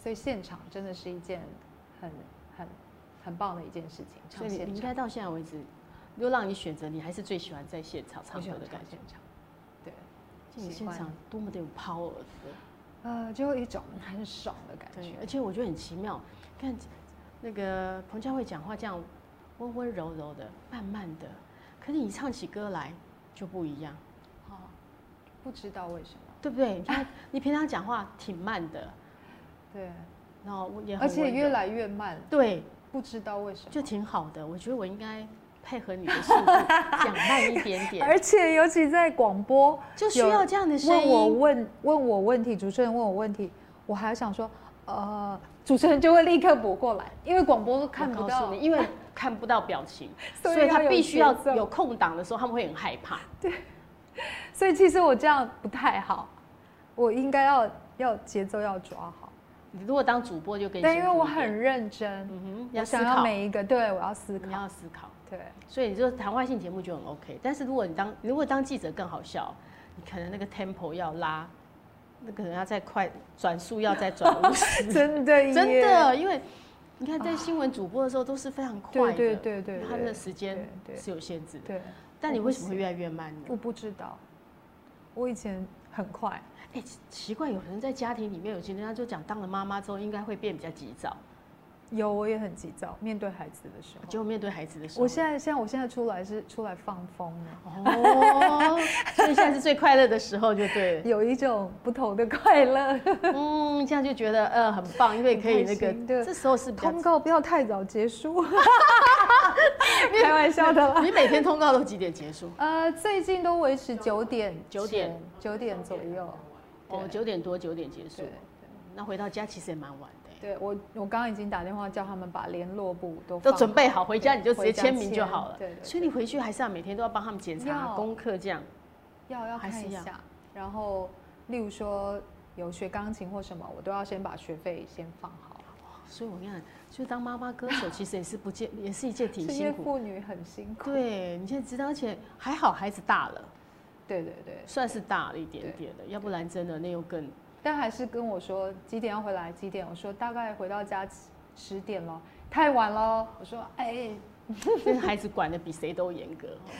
Speaker 2: 所以现场真的是一件很很很棒的一件事情。
Speaker 1: 所
Speaker 2: 唱
Speaker 1: 以你
Speaker 2: 现
Speaker 1: 你应
Speaker 2: 场，
Speaker 1: 该到现在为止，如果让你选择，你还是最喜欢在现场唱
Speaker 2: 我喜
Speaker 1: 歌
Speaker 2: 欢
Speaker 1: 的
Speaker 2: 唱
Speaker 1: 感觉
Speaker 2: 现。场，对，
Speaker 1: 就你
Speaker 2: 喜
Speaker 1: 现
Speaker 2: 欢
Speaker 1: 场多么的有 power，
Speaker 2: 呃，就有一种很爽的感
Speaker 1: 对
Speaker 2: 觉，。
Speaker 1: 而且我觉得很奇妙，看那个彭佳慧讲话这样温温柔柔的、慢慢的，可是你唱起歌来就不一样，
Speaker 2: 哦，不知道为什么，
Speaker 1: 对不对？你看你平常讲话挺慢的，
Speaker 2: 对，
Speaker 1: 然后也很
Speaker 2: 而且
Speaker 1: 温柔
Speaker 2: 越来越慢，
Speaker 1: 对，
Speaker 2: 不知道为什
Speaker 1: 就挺好的。我觉得我应该配合你的速度讲慢一点
Speaker 2: 么。
Speaker 1: 点。
Speaker 2: 而且尤其在广播，
Speaker 1: 就需要这样的声
Speaker 2: 问我
Speaker 1: 音。
Speaker 2: 问问我问题，主持人问我问题，我还想说，呃，主持人就会立刻补过来，因为广播看
Speaker 1: 我
Speaker 2: 不
Speaker 1: 告
Speaker 2: 到
Speaker 1: 诉你，，因为看不到表情，
Speaker 2: 所以
Speaker 1: 所以他
Speaker 2: 要有
Speaker 1: 必须要
Speaker 2: 节奏
Speaker 1: 有空档的时候，他们会很害怕。
Speaker 2: 所以其实我这样不太好，我应该要要节奏要抓好，
Speaker 1: 你如果当主播就更
Speaker 2: 但
Speaker 1: 辛
Speaker 2: 因为
Speaker 1: 苦
Speaker 2: 我
Speaker 1: 一点
Speaker 2: 很认真，
Speaker 1: 嗯哼，
Speaker 2: 我
Speaker 1: 要思
Speaker 2: 想要
Speaker 1: 考，嗯
Speaker 2: 每一个，对我要思
Speaker 1: 你
Speaker 2: 考，
Speaker 1: 要思考，
Speaker 2: 对，
Speaker 1: 所以你就谈话性节目就很 OK。但是如果你当如果当记者更好笑，你可能那个 tempo 要拉，那可能要再快，转速要再 转五十，
Speaker 2: 真的耶
Speaker 1: 真，的，因为你看在新闻主播的时候都是非常快
Speaker 2: 对
Speaker 1: 的，
Speaker 2: 对对对，
Speaker 1: 他们的时间
Speaker 2: 对对
Speaker 1: 是嗯有限制的。
Speaker 2: 对，
Speaker 1: 但你
Speaker 2: 我不
Speaker 1: 为什么
Speaker 2: 行
Speaker 1: 会越来越慢呢？
Speaker 2: 我不知道，我以前很快，
Speaker 1: 哎、奇奇怪，有人在家庭里面，有些人家就讲，当了妈妈之后应该会变比较急躁，
Speaker 2: 有我也很急躁，面对孩子的时候。
Speaker 1: 就面对孩子的时候。
Speaker 2: 我现在现在我现在出来是出来放风了，
Speaker 1: 哦，所以现在是最快乐的时候，就对了。
Speaker 2: 有一种不同的快乐。
Speaker 1: 嗯，这样就觉得呃很棒，因为可以那个
Speaker 2: 很开心对
Speaker 1: 这时候是比较
Speaker 2: 通告不要太早结 束，开玩笑的啦。
Speaker 1: 你每天通告都几点结 束？
Speaker 2: 呃，最近都维持九点
Speaker 1: 九点
Speaker 2: 前九点左右。
Speaker 1: 哦，九点多九点结束
Speaker 2: 对，
Speaker 1: 那回到家其实也蛮晚的欸，
Speaker 2: 对，我我刚刚已经打电话叫他们把联络簿都
Speaker 1: 欸都
Speaker 2: 放
Speaker 1: 准备好回家
Speaker 2: 对
Speaker 1: 你就直接
Speaker 2: 回家
Speaker 1: 签名就
Speaker 2: 签
Speaker 1: 好了。
Speaker 2: 对对对
Speaker 1: 所以你回去还是要每天都要帮他们检查
Speaker 2: 要
Speaker 1: 功课这样。
Speaker 2: 要要
Speaker 1: 还
Speaker 2: 看
Speaker 1: 是
Speaker 2: 一
Speaker 1: 要
Speaker 2: 下，然后例如说有学钢琴或什么，我都要先把学费先放好。
Speaker 1: 所以我跟你讲，就当妈妈歌手其实也是不见，也是一件挺
Speaker 2: 职业
Speaker 1: 辛苦的。
Speaker 2: 妇女很辛苦。
Speaker 1: 对，你现在知道，而且还好孩子大了，
Speaker 2: 对对对。
Speaker 1: 算是大了一点点的，要不然真的那又更
Speaker 2: 但还是跟我说几点要回来，几点？我说大概回到家十点了，太晚了。我说哎，
Speaker 1: 这孩子管的比谁都严 格。
Speaker 2: 嗯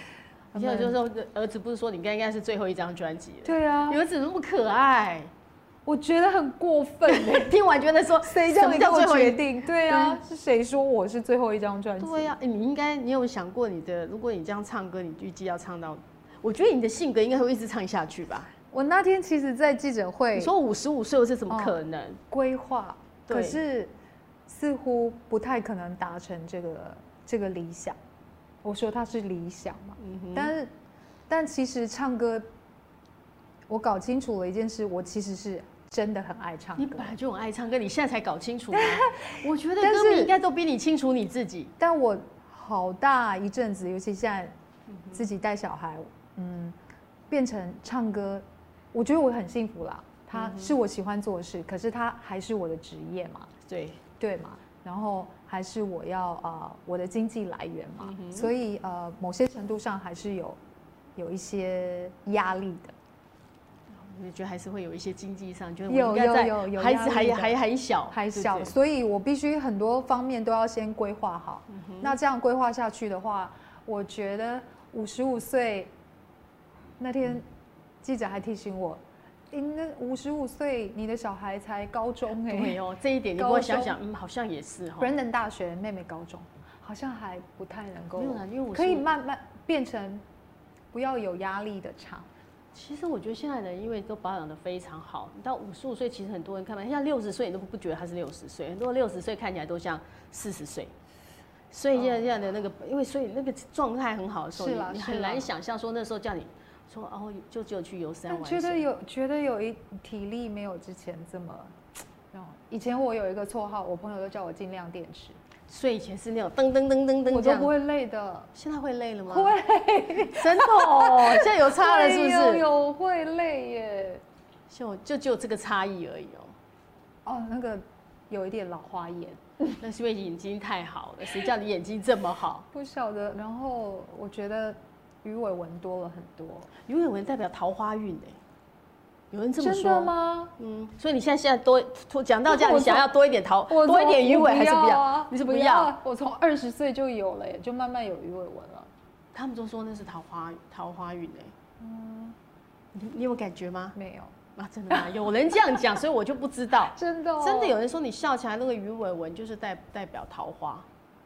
Speaker 1: 现在就是说，儿子不是说你应该应该是最后一张专辑了，
Speaker 2: 对啊
Speaker 1: 你，儿子那么可爱，
Speaker 2: 我觉得很过分欸
Speaker 1: 听完觉得说
Speaker 2: 谁叫
Speaker 1: 什么
Speaker 2: 你给我
Speaker 1: 最后一
Speaker 2: 决定？对啊，是谁说我是最后一张专辑？
Speaker 1: 对呀、哎你应该你有想过你的，如果你这样唱歌，你预计要唱到？我觉得你的性格应该会一直唱下去吧。
Speaker 2: 我那天其实，在记者会
Speaker 1: 你说五十五岁，我是怎
Speaker 2: 哦
Speaker 1: 么可能？
Speaker 2: 规划，
Speaker 1: 对
Speaker 2: 可是似乎不太可能达成这个这个理想。我说它是理想嘛，
Speaker 1: 嗯哼，
Speaker 2: 但是，但其实唱歌，我搞清楚了一件事，我其实是真的很爱唱
Speaker 1: 你
Speaker 2: 歌
Speaker 1: 本。来就很爱唱歌，你现在才搞清楚 吗？我觉得
Speaker 2: 但
Speaker 1: 歌迷
Speaker 2: 是
Speaker 1: 应该都比你清楚你自己。
Speaker 2: 但我好大一阵子，尤其现在自己带小孩，嗯，变成唱歌，我觉得我很幸福啦。它是我喜欢做的事，可是它还是我的职业嘛，
Speaker 1: 对，
Speaker 2: 对嘛？然后还是我要呃我的经济来源嘛，
Speaker 1: 啊嗯
Speaker 2: 所以呃某些程度上还是有有一些压力的。
Speaker 1: 我觉得还是会有一些经济上，就是我
Speaker 2: 有
Speaker 1: 应该在
Speaker 2: 有有有
Speaker 1: 孩
Speaker 2: 压
Speaker 1: 子
Speaker 2: 力
Speaker 1: 还
Speaker 2: 的
Speaker 1: 还还小，
Speaker 2: 还
Speaker 1: 对不
Speaker 2: 小，
Speaker 1: 对
Speaker 2: 所以我必须很多方面都要先规划好。
Speaker 1: 嗯
Speaker 2: 那这样规划下去的话，我觉得五十五岁那
Speaker 1: 嗯
Speaker 2: 天记者还提醒我，诶那五十五岁你的小孩才高中哎、
Speaker 1: 对哦，这一点你给
Speaker 2: 高
Speaker 1: 我
Speaker 2: 中
Speaker 1: 想想，嗯，好像也是哈。
Speaker 2: Brandon 大学妹妹高中，好像还不太能够
Speaker 1: 没有啊啦，因为我
Speaker 2: 可以
Speaker 1: 是
Speaker 2: 慢慢变成不要有压力的场。
Speaker 1: 其实我觉得现在的人因为都保养的非常好，你到五十五岁，其实很多人看吧，像六十岁你都不觉得他是六十岁，很多六十岁看起来都像四十岁。所以现在这样的那个，因为所以那个状态很好的时候，
Speaker 2: 哦是
Speaker 1: 你
Speaker 2: 啦
Speaker 1: 你
Speaker 2: 是
Speaker 1: 很难
Speaker 2: 啦
Speaker 1: 想象说那时候叫你说哦，就只有去游山
Speaker 2: 但
Speaker 1: 玩
Speaker 2: 觉得
Speaker 1: 水。
Speaker 2: 有觉得有一体力没有之前这么，然后以前我有一个绰号，我朋友都叫我尽量电池，
Speaker 1: 所以以前是那种噔噔噔噔
Speaker 2: 我
Speaker 1: 噔这
Speaker 2: 都不
Speaker 1: 样，
Speaker 2: 会累的。
Speaker 1: 现在会累了吗？
Speaker 2: 会，
Speaker 1: 真的哦，现在有差了是不
Speaker 2: 会有
Speaker 1: 是？
Speaker 2: 有会累耶。
Speaker 1: 就就只有这个差异而已哦。
Speaker 2: 哦，那个有一点老花眼，
Speaker 1: 那是因为眼睛太好了，谁叫你眼睛这么好？
Speaker 2: 不晓得。然后我觉得鱼尾纹多了很多，
Speaker 1: 鱼尾纹代表桃花运哎、有人这么
Speaker 2: 真
Speaker 1: 说
Speaker 2: 的？吗？
Speaker 1: 嗯，所以你现在现在多多讲到这样，
Speaker 2: 我
Speaker 1: 你想要多一点桃，
Speaker 2: 我
Speaker 1: 哦多一点鱼尾还是不
Speaker 2: 不
Speaker 1: 要
Speaker 2: 啊？
Speaker 1: 你是不
Speaker 2: 不
Speaker 1: 要？
Speaker 2: 啊？我从二十岁就有了耶，就慢慢有鱼尾纹了。
Speaker 1: 他们都说那是桃花桃花运哎、嗯，你你有感觉吗？
Speaker 2: 没有，
Speaker 1: 啊，真的吗？有人这样 讲，所以我就不知道。
Speaker 2: 真的、哦、
Speaker 1: 真的有人说你笑起来那个鱼尾纹就是代代表桃花，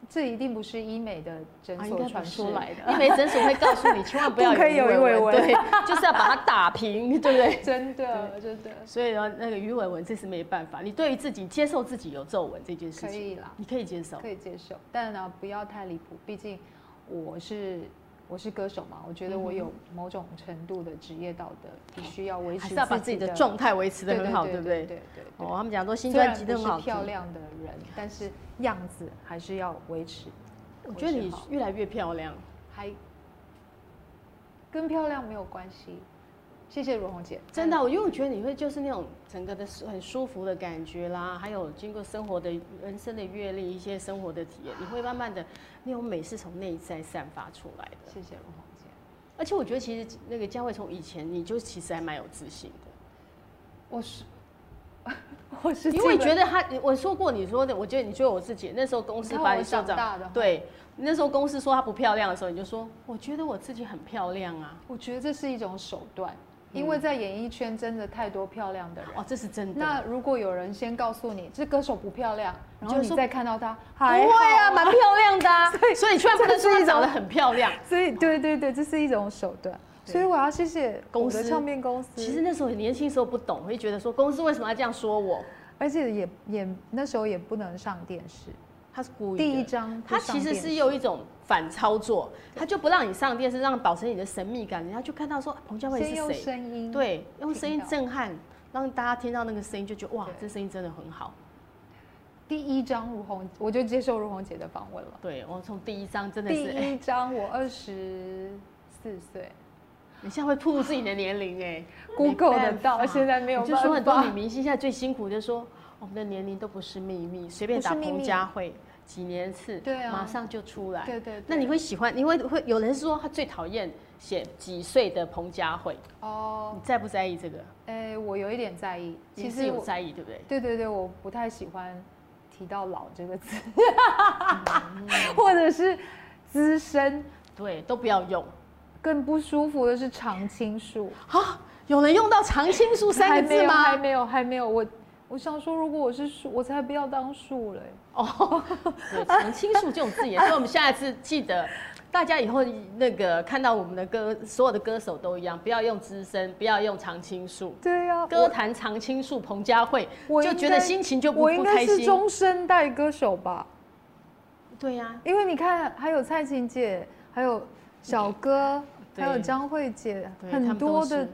Speaker 2: 这一定不是医美的诊
Speaker 1: 啊应该
Speaker 2: 所
Speaker 1: 不
Speaker 2: 传
Speaker 1: 是
Speaker 2: 出来 的，
Speaker 1: 医美诊所会告诉你千万不要
Speaker 2: 不可以有
Speaker 1: 鱼尾
Speaker 2: 鱼尾
Speaker 1: 纹，
Speaker 2: 纹
Speaker 1: 对，就是要把它打平，对不对？
Speaker 2: 真的真的
Speaker 1: 所以呢，那个鱼尾纹这是没办法。你对于自己接受自己有皱纹这件事
Speaker 2: 可
Speaker 1: 情，
Speaker 2: 以啦，
Speaker 1: 你可以接受。
Speaker 2: 可以接受，但呢、不要太离谱，毕竟我是我是歌手嘛，我觉得我有某种程度的职业道德，必须要维持
Speaker 1: 嗯哦还是要把自己的状态维持的很好，对不
Speaker 2: 对
Speaker 1: 对？
Speaker 2: 对对对。
Speaker 1: 哦，他们讲说新
Speaker 2: 虽
Speaker 1: 专
Speaker 2: 然
Speaker 1: 辑
Speaker 2: 不
Speaker 1: 都很好
Speaker 2: 是
Speaker 1: 听
Speaker 2: 漂，亮的人，但是样子还是要维持。
Speaker 1: 我觉得
Speaker 2: 维持
Speaker 1: 你
Speaker 2: 好嗯
Speaker 1: 越来越漂亮。
Speaker 2: 还跟漂亮没有关系。谢谢阮红姐，
Speaker 1: 真的，我因为我觉得你会就是那种整个的很舒服的感觉啦，还有经过生活的人生的阅历，一些生活的体验，你会慢慢的那种美是从内在散发出来的。
Speaker 2: 谢谢阮红姐。
Speaker 1: 而且我觉得其实那个佳慧从以前你就其实还蛮有自信的，
Speaker 2: 我是 我是
Speaker 1: 因为
Speaker 2: 基
Speaker 1: 觉得她我说过你说的，我觉得你觉得我自己那时候公
Speaker 2: 本
Speaker 1: 司
Speaker 2: 你看
Speaker 1: 把
Speaker 2: 我
Speaker 1: 你校
Speaker 2: 长
Speaker 1: 长
Speaker 2: 大的，
Speaker 1: 对，那时候公司说她不漂亮的时候，你就说我觉得我自己很漂亮啊，
Speaker 2: 我觉得这是一种手段，因为在演艺圈真的太多漂亮的人。
Speaker 1: 哦，这是嗯真的。
Speaker 2: 那如果有人先告诉你这歌手不漂亮，然后
Speaker 1: 就
Speaker 2: 你
Speaker 1: 说
Speaker 2: 再看到她，
Speaker 1: 不
Speaker 2: 还好
Speaker 1: 会啊，蛮漂亮的 啊，所以你千万不能说
Speaker 2: 这
Speaker 1: 她
Speaker 2: 是一种
Speaker 1: 长得很漂亮。
Speaker 2: 所以对对对，这是一种手段。
Speaker 1: 对
Speaker 2: 所以我要谢谢
Speaker 1: 公
Speaker 2: 我
Speaker 1: 司
Speaker 2: 的唱片公司，
Speaker 1: 其实那时候很年轻时候不懂，会觉得说公司为什么要这样说我？
Speaker 2: 而且也也那时候也不能上电视，
Speaker 1: 他是故意的。
Speaker 2: 第一张不
Speaker 1: 他
Speaker 2: 上
Speaker 1: 其实
Speaker 2: 电视
Speaker 1: 是有一种反操作，他就不让你上电视，让保持你的神秘感，人家就看到说啊彭佳慧
Speaker 2: 先
Speaker 1: 是
Speaker 2: 用
Speaker 1: 谁，
Speaker 2: 声音，，
Speaker 1: 对，用声音
Speaker 2: 嗯听到
Speaker 1: 震撼，让大家听到那个声音就觉得哇
Speaker 2: 对，
Speaker 1: 这声音真的很好。
Speaker 2: 第一张如虹，我就接受如虹姐的访问了。
Speaker 1: 对我从第一张真的
Speaker 2: 第
Speaker 1: 是，哎
Speaker 2: 一张我二十四岁
Speaker 1: 你现在会暴露自己的年龄哎
Speaker 2: ，Google 得到，现
Speaker 1: 在
Speaker 2: 在没有
Speaker 1: 就说很
Speaker 2: 办
Speaker 1: 多女
Speaker 2: 法。
Speaker 1: 明星现在最辛苦，就说我们的年龄都不是秘密，随便
Speaker 2: 不是
Speaker 1: 打
Speaker 2: 秘
Speaker 1: 彭
Speaker 2: 密
Speaker 1: 佳慧几年次，
Speaker 2: 对啊
Speaker 1: 马上就出来。
Speaker 2: 对对对，
Speaker 1: 那你会喜欢？你会会有人说他最讨厌写几岁的彭佳慧，
Speaker 2: 哦，
Speaker 1: 你在不在意这个？
Speaker 2: 哎，我有一点在意，
Speaker 1: 其
Speaker 2: 其
Speaker 1: 实
Speaker 2: 实
Speaker 1: 有
Speaker 2: 我
Speaker 1: 在意，对不对？
Speaker 2: 对对对，我不太喜欢提到“老”这个字，
Speaker 1: 嗯
Speaker 2: 或者是资深，
Speaker 1: 对，都不要用。
Speaker 2: 更不舒服的是常青树。
Speaker 1: 啊有人用到常青树 三个字
Speaker 2: 还
Speaker 1: 吗？
Speaker 2: 没有，还没有，还没有。我我想说，如果我是树，我才不要当树嘞。哦
Speaker 1: 对，常青树这种字眼，所以我们下一次记得，大家以后那个看到我们的歌，所有的歌手都一样，不要用资深，不要用常青树。
Speaker 2: 对呀、
Speaker 1: 歌坛常青树彭佳慧，
Speaker 2: 我
Speaker 1: 就
Speaker 2: 应
Speaker 1: 觉得
Speaker 2: 该
Speaker 1: 心情就不
Speaker 2: 我应
Speaker 1: 不开
Speaker 2: 该是
Speaker 1: 心。
Speaker 2: 中生代歌手吧，
Speaker 1: 对呀、
Speaker 2: 因为你看，还有蔡琴姐，还有小哥，
Speaker 1: 对
Speaker 2: 还有张惠姐，
Speaker 1: 对他
Speaker 2: 很
Speaker 1: 们都
Speaker 2: 多
Speaker 1: 是
Speaker 2: 的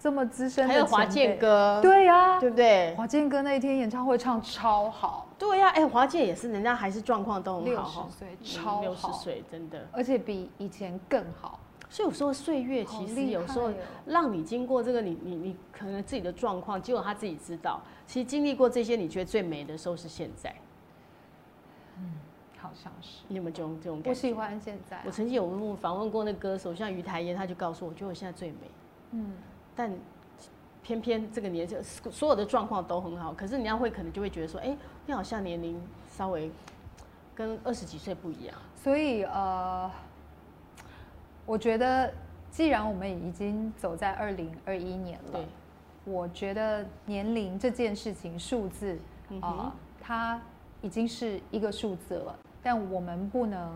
Speaker 2: 这么资深的
Speaker 1: 还有华
Speaker 2: 前
Speaker 1: 健
Speaker 2: 辈，
Speaker 1: 哥，
Speaker 2: 对啊呀、
Speaker 1: 对不对？
Speaker 2: 华健哥那一天演唱会唱超好，
Speaker 1: 对呀、哎、华健也是，人家还是状况都很
Speaker 2: 六
Speaker 1: 嗯好
Speaker 2: 十
Speaker 1: 哈，
Speaker 2: 岁超
Speaker 1: 六十
Speaker 2: 好，
Speaker 1: 岁真的。
Speaker 2: 而且比以前更好。
Speaker 1: 所以我说岁月
Speaker 2: 好
Speaker 1: 其实
Speaker 2: 厉
Speaker 1: 有时候
Speaker 2: 害哦
Speaker 1: 让你经过这个你，你你可能自己的状况，只有他自己知道。其实经历过这些，你觉得最美的时候是现在。
Speaker 2: 好像是。
Speaker 1: 你有没有这种这种
Speaker 2: 我
Speaker 1: 嗯感觉？
Speaker 2: 喜欢现在啊，
Speaker 1: 我曾经有问访问过那歌手，像于台烟，他就告诉我，我觉得我现在最美。
Speaker 2: 嗯，
Speaker 1: 但偏偏这个年纪，所有的状况都很好，可是你要会可能就会觉得说，哎、你好像年龄稍微跟二十几岁不一样。
Speaker 2: 所以呃，我觉得既然我们已经走在二零二一年了
Speaker 1: 对，，
Speaker 2: 我觉得年龄这件事情，数字
Speaker 1: 嗯
Speaker 2: 啊、
Speaker 1: 哼，
Speaker 2: 它已经是一个数字了，但我们不能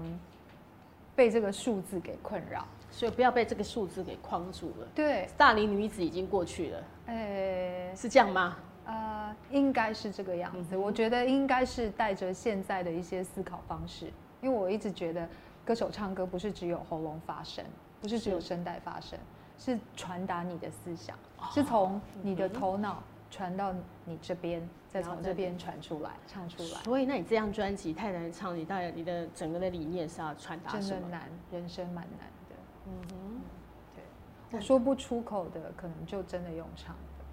Speaker 2: 被这个数字给困扰。
Speaker 1: 所以不要被这个数字给框住了。
Speaker 2: 对，
Speaker 1: 大龄女子已经过去了，
Speaker 2: 呃
Speaker 1: 是这样吗？
Speaker 2: 呃，应该是这个样
Speaker 1: 嗯
Speaker 2: 子。我觉得应该是带着现在的一些思考方式，因为我一直觉得歌手唱歌不是只有喉咙发声，不是只有
Speaker 1: 是
Speaker 2: 声带发声，是传达你的思想，
Speaker 1: 哦
Speaker 2: 是从你
Speaker 1: 嗯
Speaker 2: 的头脑传到你这边，再
Speaker 1: 然后
Speaker 2: 从
Speaker 1: 再
Speaker 2: 这边传出来，唱出来。
Speaker 1: 所以，那你这张专辑《太难唱》，你大概你的整个的理念是要传达
Speaker 2: 真
Speaker 1: 什
Speaker 2: 的
Speaker 1: 么？
Speaker 2: 难，人生蛮难的。
Speaker 1: 嗯哼，
Speaker 2: 我说不出口的，可能就真的用唱的。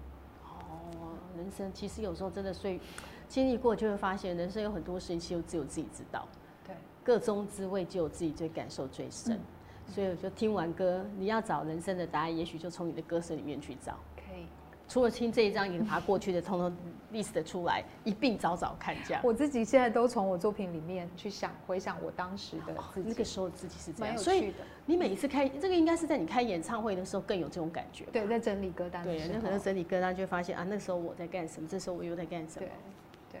Speaker 1: 哦，人生其实有时候真的，所以经历过就会发现，人生有很多事情其实只有自己知道。
Speaker 2: 对，
Speaker 1: 各中滋味只有自己最感受最深。
Speaker 2: 嗯
Speaker 1: 所以我就听完歌，你要找人生的答案，也许就从你的歌声里面去找。
Speaker 2: 可以。
Speaker 1: 除了听这一张，也把过去的通通 list 出来，一并找找看，这样。
Speaker 2: 我自己现在都从我作品里面去想，回想我当时的自
Speaker 1: 哦那
Speaker 2: 己，
Speaker 1: 个时候自己是这
Speaker 2: 蛮
Speaker 1: 样，
Speaker 2: 有
Speaker 1: 所以
Speaker 2: 趣的。
Speaker 1: 你每一次开这个，应该是在你开演唱会的时候更有这种感觉。
Speaker 2: 对，在整理歌单的
Speaker 1: 对，
Speaker 2: 时
Speaker 1: 那可
Speaker 2: 候
Speaker 1: 能，整理歌单就会发现啊，那时候我在干什么，这时候我又在干什么
Speaker 2: 对。对，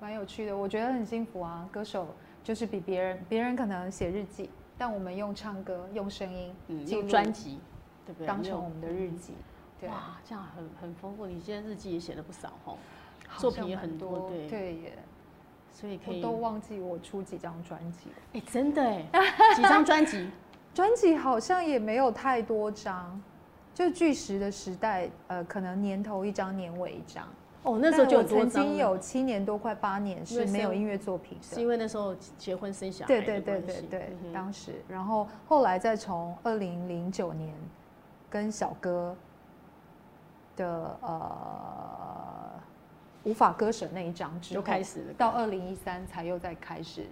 Speaker 2: 蛮有趣的。我觉得很幸福啊，歌手就是比别人，别人可能写日记，但我们用唱歌、用声音
Speaker 1: 嗯，
Speaker 2: 记
Speaker 1: 用
Speaker 2: 录
Speaker 1: 专辑，对不对？
Speaker 2: 当
Speaker 1: 你有嗯
Speaker 2: 成我们的日记。对，
Speaker 1: 哇，这样很很丰富。你现在日记也写了不少哦，
Speaker 2: 好
Speaker 1: 作
Speaker 2: 像
Speaker 1: 品也
Speaker 2: 蛮
Speaker 1: 很多
Speaker 2: 多，
Speaker 1: 对
Speaker 2: 对耶，
Speaker 1: 所以可
Speaker 2: 我
Speaker 1: 以。
Speaker 2: 都忘记我出几张专辑了。
Speaker 1: 哎、真的哎，几张专辑？
Speaker 2: 专辑好像也没有太多张，就巨石的时代，呃，可能年头一张，年尾一张。
Speaker 1: 哦，那时候
Speaker 2: 但
Speaker 1: 就
Speaker 2: 我
Speaker 1: 有多
Speaker 2: 曾
Speaker 1: 张
Speaker 2: 经
Speaker 1: 了，
Speaker 2: 有七年多，快八年
Speaker 1: 因为
Speaker 2: 是
Speaker 1: 生
Speaker 2: 没有音乐作品
Speaker 1: 是
Speaker 2: 的。
Speaker 1: 因为那时候结婚生小孩
Speaker 2: 对
Speaker 1: 的
Speaker 2: 对对
Speaker 1: 关
Speaker 2: 对
Speaker 1: 系
Speaker 2: 对，
Speaker 1: 嗯哼
Speaker 2: 当时，然后后来再从二零零九年跟小哥的呃无法割舍那一张之
Speaker 1: 就
Speaker 2: 后，
Speaker 1: 开始了。
Speaker 2: 到二零一三才又再开始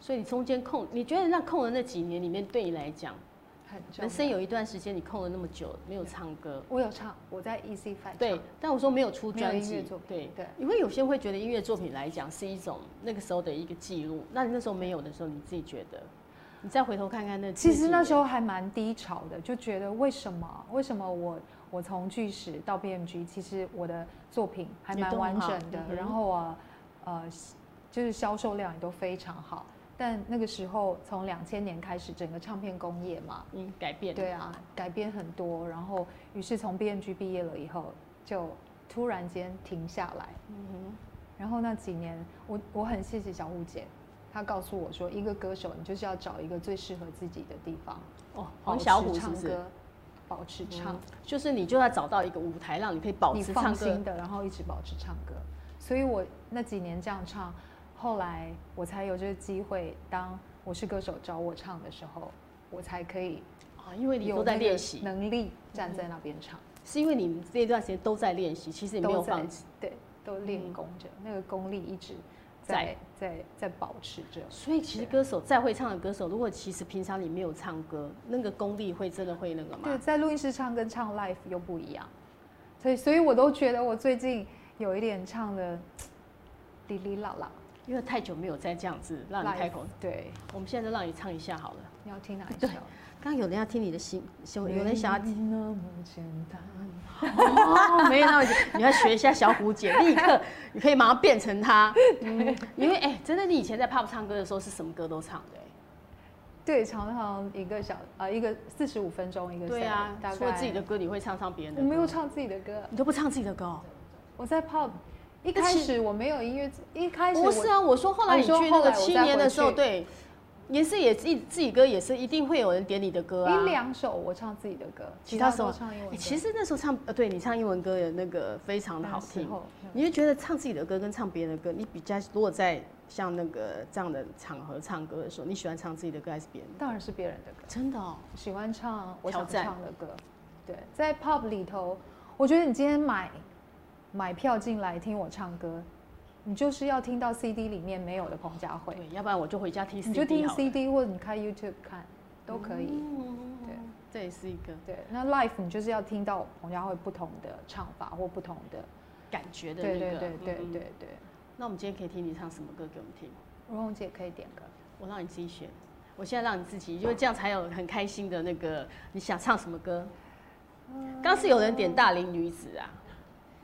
Speaker 1: 所以你中间空，你觉得那空的那几年里面，对你来讲，
Speaker 2: 很重
Speaker 1: 人生
Speaker 2: 要。
Speaker 1: 有一段时间你空了那么久，没有唱歌，
Speaker 2: 我有唱，我在 EC Five
Speaker 1: 对。但我说没有出
Speaker 2: 没有
Speaker 1: 专
Speaker 2: 音乐
Speaker 1: 辑
Speaker 2: 作，品
Speaker 1: 对
Speaker 2: 对。
Speaker 1: 因为有些人会觉得音乐作品来讲是一种那个时候的一个记录，那你那时候没有的时候，你自己觉得，你再回头看看那
Speaker 2: 其实那时
Speaker 1: 候
Speaker 2: 候还蛮低潮的，就觉得为什么为什么我我从巨石到 BMG，其实我的作品还蛮完整
Speaker 1: 也都很好
Speaker 2: 的
Speaker 1: 嗯，哼
Speaker 2: 然后啊呃就是销售量也都非常好。但那个时候从两千年开始，整个唱片工业嘛，
Speaker 1: 嗯改变，
Speaker 2: 对啊，改变很多。然后于是从 BMG 毕业了以后，就突然间停下来。
Speaker 1: 嗯哼，
Speaker 2: 然后那几年，我我很谢谢小虎姐，她告诉我说，一个歌手你就是要找一个最适合自己的地方。
Speaker 1: 哦，
Speaker 2: 保
Speaker 1: 黄
Speaker 2: 持
Speaker 1: 小琥是
Speaker 2: 唱
Speaker 1: 不是？嗯
Speaker 2: 歌，保持唱，
Speaker 1: 就是你就要找到一个舞台，让你可以保
Speaker 2: 你
Speaker 1: 持唱
Speaker 2: 放
Speaker 1: 歌
Speaker 2: 心的，然后一直保持唱歌。所以我那几年这样唱，后来我才有这个机会，当我是歌手找我唱的时候，我才可以
Speaker 1: 啊，因为你
Speaker 2: 有
Speaker 1: 都在
Speaker 2: 那个
Speaker 1: 练习，嗯
Speaker 2: 能力站在那边唱，
Speaker 1: 是因为你这一段时间都在练习，其实也没有放弃。
Speaker 2: 对，都
Speaker 1: 嗯
Speaker 2: 练功着，那个功力一直在在在保持着。
Speaker 1: 所以其实歌手再会唱的歌手，如果其实平常你没有唱歌，那个功力会真的会那个
Speaker 2: 对，
Speaker 1: 吗？
Speaker 2: 在录音室唱跟唱 live 又不一样，所以所以我都觉得我最近有一点唱的哩哩啦啦，
Speaker 1: 因为太久没有再这样子让你
Speaker 2: Live
Speaker 1: 开口，
Speaker 2: 对，
Speaker 1: 我们现在就让你唱一下好了。
Speaker 2: 你要听哪一首？
Speaker 1: 刚刚有人要听你的心，有
Speaker 2: 嗯
Speaker 1: 有人想要听
Speaker 2: 没那么简单。
Speaker 1: 哦，没有那么简你要学一下小虎姐，立刻你可以马上变成她。嗯，因为哎、真的你以前在 pop 唱歌的时候是什么歌都唱的、哎
Speaker 2: 对，常常一个小呃一个四十五分钟一个 set，
Speaker 1: 对啊
Speaker 2: 大，概
Speaker 1: 除了自己的歌，你会唱唱别人的
Speaker 2: 我
Speaker 1: 歌？
Speaker 2: 没有唱自己的歌，
Speaker 1: 你都不唱自己的歌、哦？
Speaker 2: 我在 pop 一
Speaker 1: 那
Speaker 2: 开
Speaker 1: 其
Speaker 2: 始我没有音乐，一开始
Speaker 1: 不是
Speaker 2: 我
Speaker 1: 啊，我说后来
Speaker 2: 哦
Speaker 1: 你
Speaker 2: 你说
Speaker 1: 去那
Speaker 2: 后
Speaker 1: 个
Speaker 2: 来我再
Speaker 1: 七年的时候，
Speaker 2: 回去
Speaker 1: 对，也是也自己自己歌也是一定会有人点你的歌啊
Speaker 2: 一。两首我唱自己的歌，
Speaker 1: 其他时
Speaker 2: 都
Speaker 1: 候
Speaker 2: 唱英文
Speaker 1: 哎
Speaker 2: 歌。
Speaker 1: 啊其实那时候唱呃，对你唱英文歌也那个非常的
Speaker 2: 那
Speaker 1: 好
Speaker 2: 时
Speaker 1: 听
Speaker 2: 候，
Speaker 1: 你就觉得唱自己的歌跟唱别人的歌，你比较如果在像那个这样的场合唱歌的时候，你喜欢唱自己的歌还是别人的？
Speaker 2: 当然是别人的歌。
Speaker 1: 真的哦，
Speaker 2: 喜欢唱我
Speaker 1: 挑
Speaker 2: 想
Speaker 1: 战
Speaker 2: 唱的歌。对，在 pop 里头，我觉得你今天买买票进来听我唱歌，你就是要听到 CD 里面没有的彭佳慧，
Speaker 1: 对，要不然我就回家听 CD
Speaker 2: 你就听
Speaker 1: 好了
Speaker 2: CD 或者你开 YouTube 看都可以。
Speaker 1: 嗯
Speaker 2: 对，
Speaker 1: 这也是一个
Speaker 2: 对，那 live 你就是要听到彭佳慧不同的唱法或不同的，
Speaker 1: 感觉的
Speaker 2: 对
Speaker 1: 那
Speaker 2: 对
Speaker 1: 个。
Speaker 2: 对对
Speaker 1: 嗯
Speaker 2: 对对。
Speaker 1: 那我们今天可以听你唱什么歌给我们听？
Speaker 2: 如虹姐可以点歌，
Speaker 1: 我让你自己选，我现在让你自己，因为这样才有很开心的那个你想唱什么歌。刚是有人点《大龄女子》啊，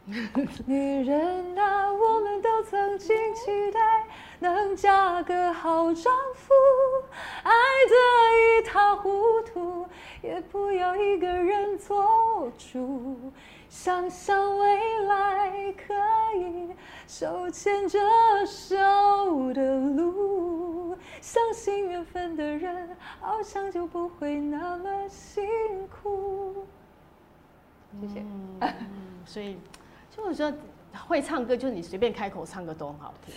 Speaker 2: 女人啊，我们都曾经期待能嫁个好丈夫，爱得一塌糊涂，也不要一个人做主。想想未来可以手牵着手的路，相信缘分的人，翱翔就不会那么辛苦。谢谢。
Speaker 1: 嗯，所以就我觉得会唱歌，就是你随便开口唱歌都很好 听。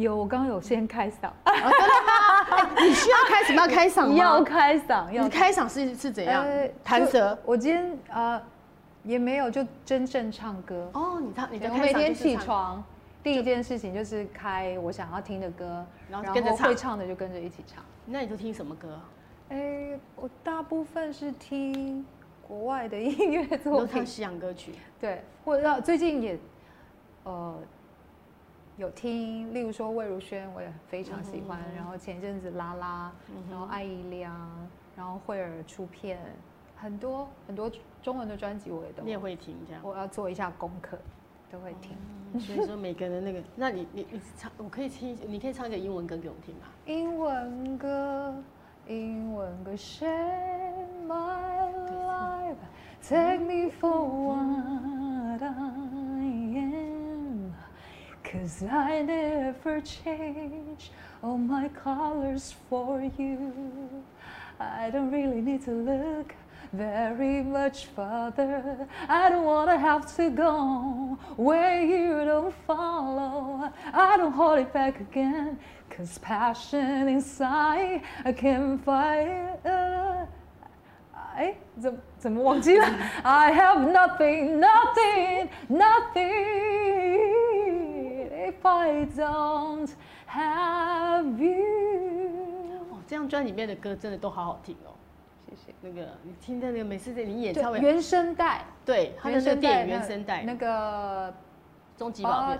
Speaker 2: 有，我刚刚有先开嗓。
Speaker 1: 啊你需要开什么？要开嗓吗？
Speaker 2: 要开嗓，要
Speaker 1: 你开呃嗓是是怎
Speaker 2: 怎
Speaker 1: 样？弹舌。。
Speaker 2: 呃我今天呃也没有就真正唱歌，
Speaker 1: 哦，你唱，你的
Speaker 2: 我
Speaker 1: 开嗓
Speaker 2: 每天
Speaker 1: 就是
Speaker 2: 起
Speaker 1: 唱，
Speaker 2: 床第一件事情就是开我想要听的歌，
Speaker 1: 然后
Speaker 2: 然
Speaker 1: 跟着
Speaker 2: 后
Speaker 1: 唱
Speaker 2: 会。唱的就跟着一起唱。
Speaker 1: 那你都听什么 歌？嗯
Speaker 2: 哎，我大部分是听国外的音乐
Speaker 1: 你
Speaker 2: 作
Speaker 1: 都唱
Speaker 2: 品，
Speaker 1: 西洋歌曲。
Speaker 2: 对，或者最近也呃。有听，例如说魏如萱，我也非常喜欢。
Speaker 1: 嗯
Speaker 2: 然后前一阵子拉拉，然后艾怡良，然后惠儿出片，很多很多中文的专辑我也都
Speaker 1: 你也会听这样。
Speaker 2: 我要做一下功课，都会听。
Speaker 1: 嗯所以说每个人的那个，那你你你唱，我可以听，你可以唱一个英文歌给我们听吗？
Speaker 2: 英文歌，英文歌，Share my life，Take me for what I am。Cause I never change all my colors for you. I don't really need to look very much farther. I don't wanna have to go where you don't follow. I don't hold it back again. Cause passion inside, I can't fight it. 哎，怎么怎么忘记了 ？I have nothing, nothing, nothing if I don't have you。
Speaker 1: 哦，这张专辑里面的歌真的都好好听哦。
Speaker 2: 谢谢。
Speaker 1: 那个你听的那个，每次在你演唱
Speaker 2: 对，
Speaker 1: 会，
Speaker 2: 原声带，
Speaker 1: 对他的那个电影原声带
Speaker 2: 那
Speaker 1: 《
Speaker 2: 个
Speaker 1: 终极保镖》，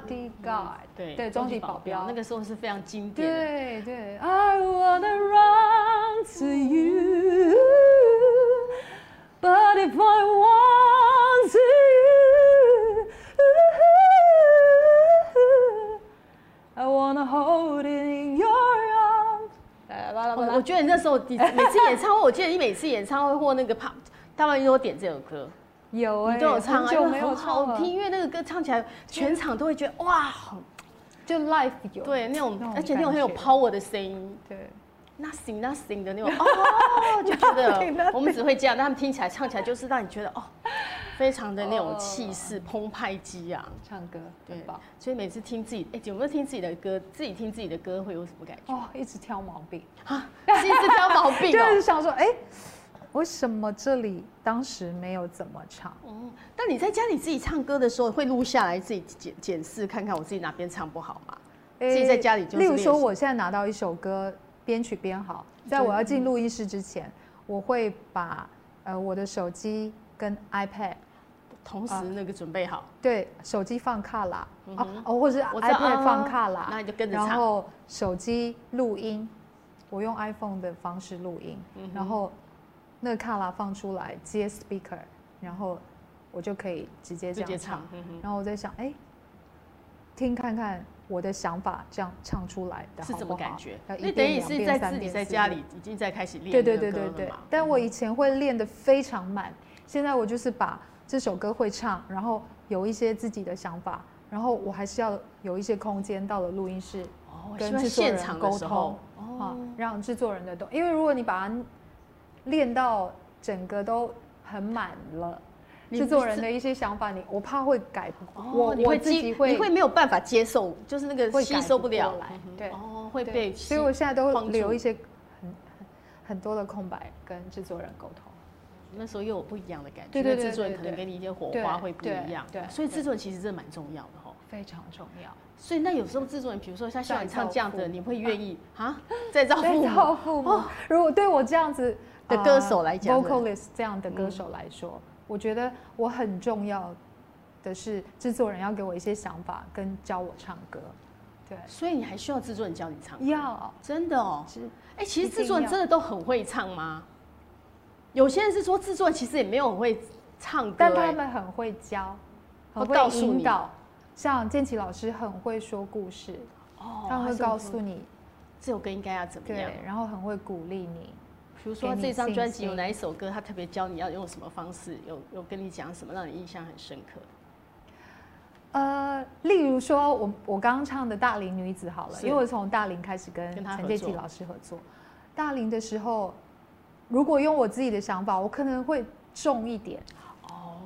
Speaker 2: Bodyguard，
Speaker 1: 对
Speaker 2: 对，终极保镖
Speaker 1: 那，个时候是非常经典的。
Speaker 2: 对对，I wanna run to you, but if I want to you, I wanna hold it in your arms。来巴拉巴
Speaker 1: 哦
Speaker 2: 拉
Speaker 1: 我觉得你那时候你每次演唱会，我记得你每次演唱会或那个 pop，大半夜都点这首歌，
Speaker 2: 有哎、
Speaker 1: 你都有唱啊，
Speaker 2: 很
Speaker 1: 因
Speaker 2: 久
Speaker 1: 为
Speaker 2: 没有
Speaker 1: 很
Speaker 2: 唱
Speaker 1: 好
Speaker 2: 了，
Speaker 1: 听，因为那个歌唱起来，全场都会觉得哇，好
Speaker 2: 就 life 有
Speaker 1: 对那种
Speaker 2: 那，种
Speaker 1: 而且那种很有
Speaker 2: 感觉
Speaker 1: power 的声音。
Speaker 2: 对
Speaker 1: nothing nothing 的那种哦， 就觉
Speaker 2: Nothing,
Speaker 1: 得
Speaker 2: nothing
Speaker 1: 我们只会这样，但他们听起来唱起来就是让你觉得哦，非常的那种
Speaker 2: 哦
Speaker 1: 气势澎湃激昂。
Speaker 2: 唱歌
Speaker 1: 对
Speaker 2: 很棒，
Speaker 1: 所以每次听自己，哎、有没有听自己的歌？自己听自己的歌会有什么感觉？
Speaker 2: 哦，一直挑毛病。
Speaker 1: 啊，是一直挑毛 病
Speaker 2: 就是
Speaker 1: 哦。
Speaker 2: 想说，哎、为什么这里当时没有怎么唱？
Speaker 1: 嗯，但你在家里自己唱歌的时候，会录下来自己检检视，看看我自己哪边唱不好吗？自己在家里就是
Speaker 2: 例如
Speaker 1: 练
Speaker 2: 说，
Speaker 1: 习嗯
Speaker 2: 我现在拿到一首歌，编曲编好，在我要进录音室之前，我会把呃我的手机跟 iPad，
Speaker 1: 同时那个准备好，
Speaker 2: 对，手机放卡拉，
Speaker 1: 嗯
Speaker 2: 哦、
Speaker 1: 哼
Speaker 2: 哦，或者是
Speaker 1: 我知道
Speaker 2: iPad 放卡拉，
Speaker 1: 那你就跟着
Speaker 2: 然
Speaker 1: 唱。
Speaker 2: 后手机录音，我用 iPhone 的方式录音，
Speaker 1: 嗯哼
Speaker 2: 然后那个卡拉放出来接 speaker，然后我就可以直接这
Speaker 1: 直接
Speaker 2: 样
Speaker 1: 唱
Speaker 2: 唱。，
Speaker 1: 嗯哼
Speaker 2: 然后我在想，哎，听看看我的想法这样唱出来的
Speaker 1: 是
Speaker 2: 好
Speaker 1: 怎
Speaker 2: 不
Speaker 1: 么
Speaker 2: 好
Speaker 1: 感觉？
Speaker 2: 要一
Speaker 1: 那
Speaker 2: 遍
Speaker 1: 等于
Speaker 2: 两
Speaker 1: 是
Speaker 2: 遍
Speaker 1: 在
Speaker 2: 三
Speaker 1: 自己
Speaker 2: 遍
Speaker 1: 在
Speaker 2: 四
Speaker 1: 家
Speaker 2: 遍
Speaker 1: 里已经在开始练
Speaker 2: 对
Speaker 1: 那
Speaker 2: 对
Speaker 1: 个
Speaker 2: 对
Speaker 1: 歌
Speaker 2: 对
Speaker 1: 了
Speaker 2: 对
Speaker 1: 嘛。
Speaker 2: 但我以前会练得非常慢，现在我就是把这首歌会唱，然后有一些自己的想法，然后我还是要有一些空间到了录音室
Speaker 1: 哦，希
Speaker 2: 跟
Speaker 1: 望
Speaker 2: 制作
Speaker 1: 现
Speaker 2: 人
Speaker 1: 场的
Speaker 2: 沟
Speaker 1: 时候
Speaker 2: 通，
Speaker 1: 哦
Speaker 2: 啊，让制作人的懂。因为如果你把它练到整个都很满了，
Speaker 1: 你
Speaker 2: 制作
Speaker 1: 不
Speaker 2: 人
Speaker 1: 是
Speaker 2: 的一些想法，你我怕会改不，
Speaker 1: 哦
Speaker 2: 我
Speaker 1: 你
Speaker 2: 我
Speaker 1: 会
Speaker 2: 自
Speaker 1: 接
Speaker 2: 己会
Speaker 1: 你会没有办法接受，就是那个
Speaker 2: 会
Speaker 1: 吸
Speaker 2: 改
Speaker 1: 收
Speaker 2: 不
Speaker 1: 不了
Speaker 2: 过来
Speaker 1: 嗯哼
Speaker 2: 对
Speaker 1: 哦，会
Speaker 2: 对
Speaker 1: 被吸，
Speaker 2: 所以我现在都
Speaker 1: 框
Speaker 2: 会
Speaker 1: 住
Speaker 2: 留一些很很很多的空白跟制作人沟通。
Speaker 1: 那时候又有不一样的感觉，
Speaker 2: 对
Speaker 1: 因为
Speaker 2: 对对
Speaker 1: 制作人
Speaker 2: 对
Speaker 1: 可能
Speaker 2: 对
Speaker 1: 给你一些火
Speaker 2: 对
Speaker 1: 花会不一
Speaker 2: 对
Speaker 1: 样，
Speaker 2: 对
Speaker 1: 所以制作人其实真的蛮重要的哈。
Speaker 2: 非常重要。
Speaker 1: 所以那有时候制作人，比如说像像你唱这样
Speaker 2: 再造
Speaker 1: 的，
Speaker 2: 父母
Speaker 1: 你会愿意啊？ 再造
Speaker 2: 对
Speaker 1: 父母
Speaker 2: 照父母，哦如果对我这样子
Speaker 1: 的歌手来讲呢
Speaker 2: v o c a l i s t 这样的歌手来说，我觉得我很重要的是制作人要给我一些想法，跟教我唱歌。对，
Speaker 1: 所以你还需要制作人教你唱歌？
Speaker 2: 要
Speaker 1: 真的哦。
Speaker 2: 是
Speaker 1: 哎、其实
Speaker 2: 一定
Speaker 1: 制作人
Speaker 2: 要
Speaker 1: 真的都很会唱吗？有些人是说制作人其实也没有很会唱歌、
Speaker 2: 但他
Speaker 1: 哎
Speaker 2: 们很会教，
Speaker 1: 会
Speaker 2: 很
Speaker 1: 哦告
Speaker 2: 会
Speaker 1: 诉你
Speaker 2: 引导。像建奇老师很会说故事，
Speaker 1: 哦
Speaker 2: 他会
Speaker 1: 是
Speaker 2: 告
Speaker 1: 有
Speaker 2: 诉你，
Speaker 1: 这首歌应该要怎么样。
Speaker 2: 对，然后很会鼓励你。
Speaker 1: 比如说
Speaker 2: 给你
Speaker 1: 这张
Speaker 2: 信
Speaker 1: 专辑
Speaker 2: 心
Speaker 1: 有哪一首歌，他特别教你要用什么方式，有有跟你讲什么让你印象很深刻？
Speaker 2: 呃，例如说我我刚刚唱的《大龄女子》好了，
Speaker 1: 是
Speaker 2: 因为我从大龄开始跟
Speaker 1: 跟她合
Speaker 2: 陈建
Speaker 1: 作
Speaker 2: 奇老师合作。大龄的时候，如果用我自己的想法，我可能会重一点，
Speaker 1: 哦，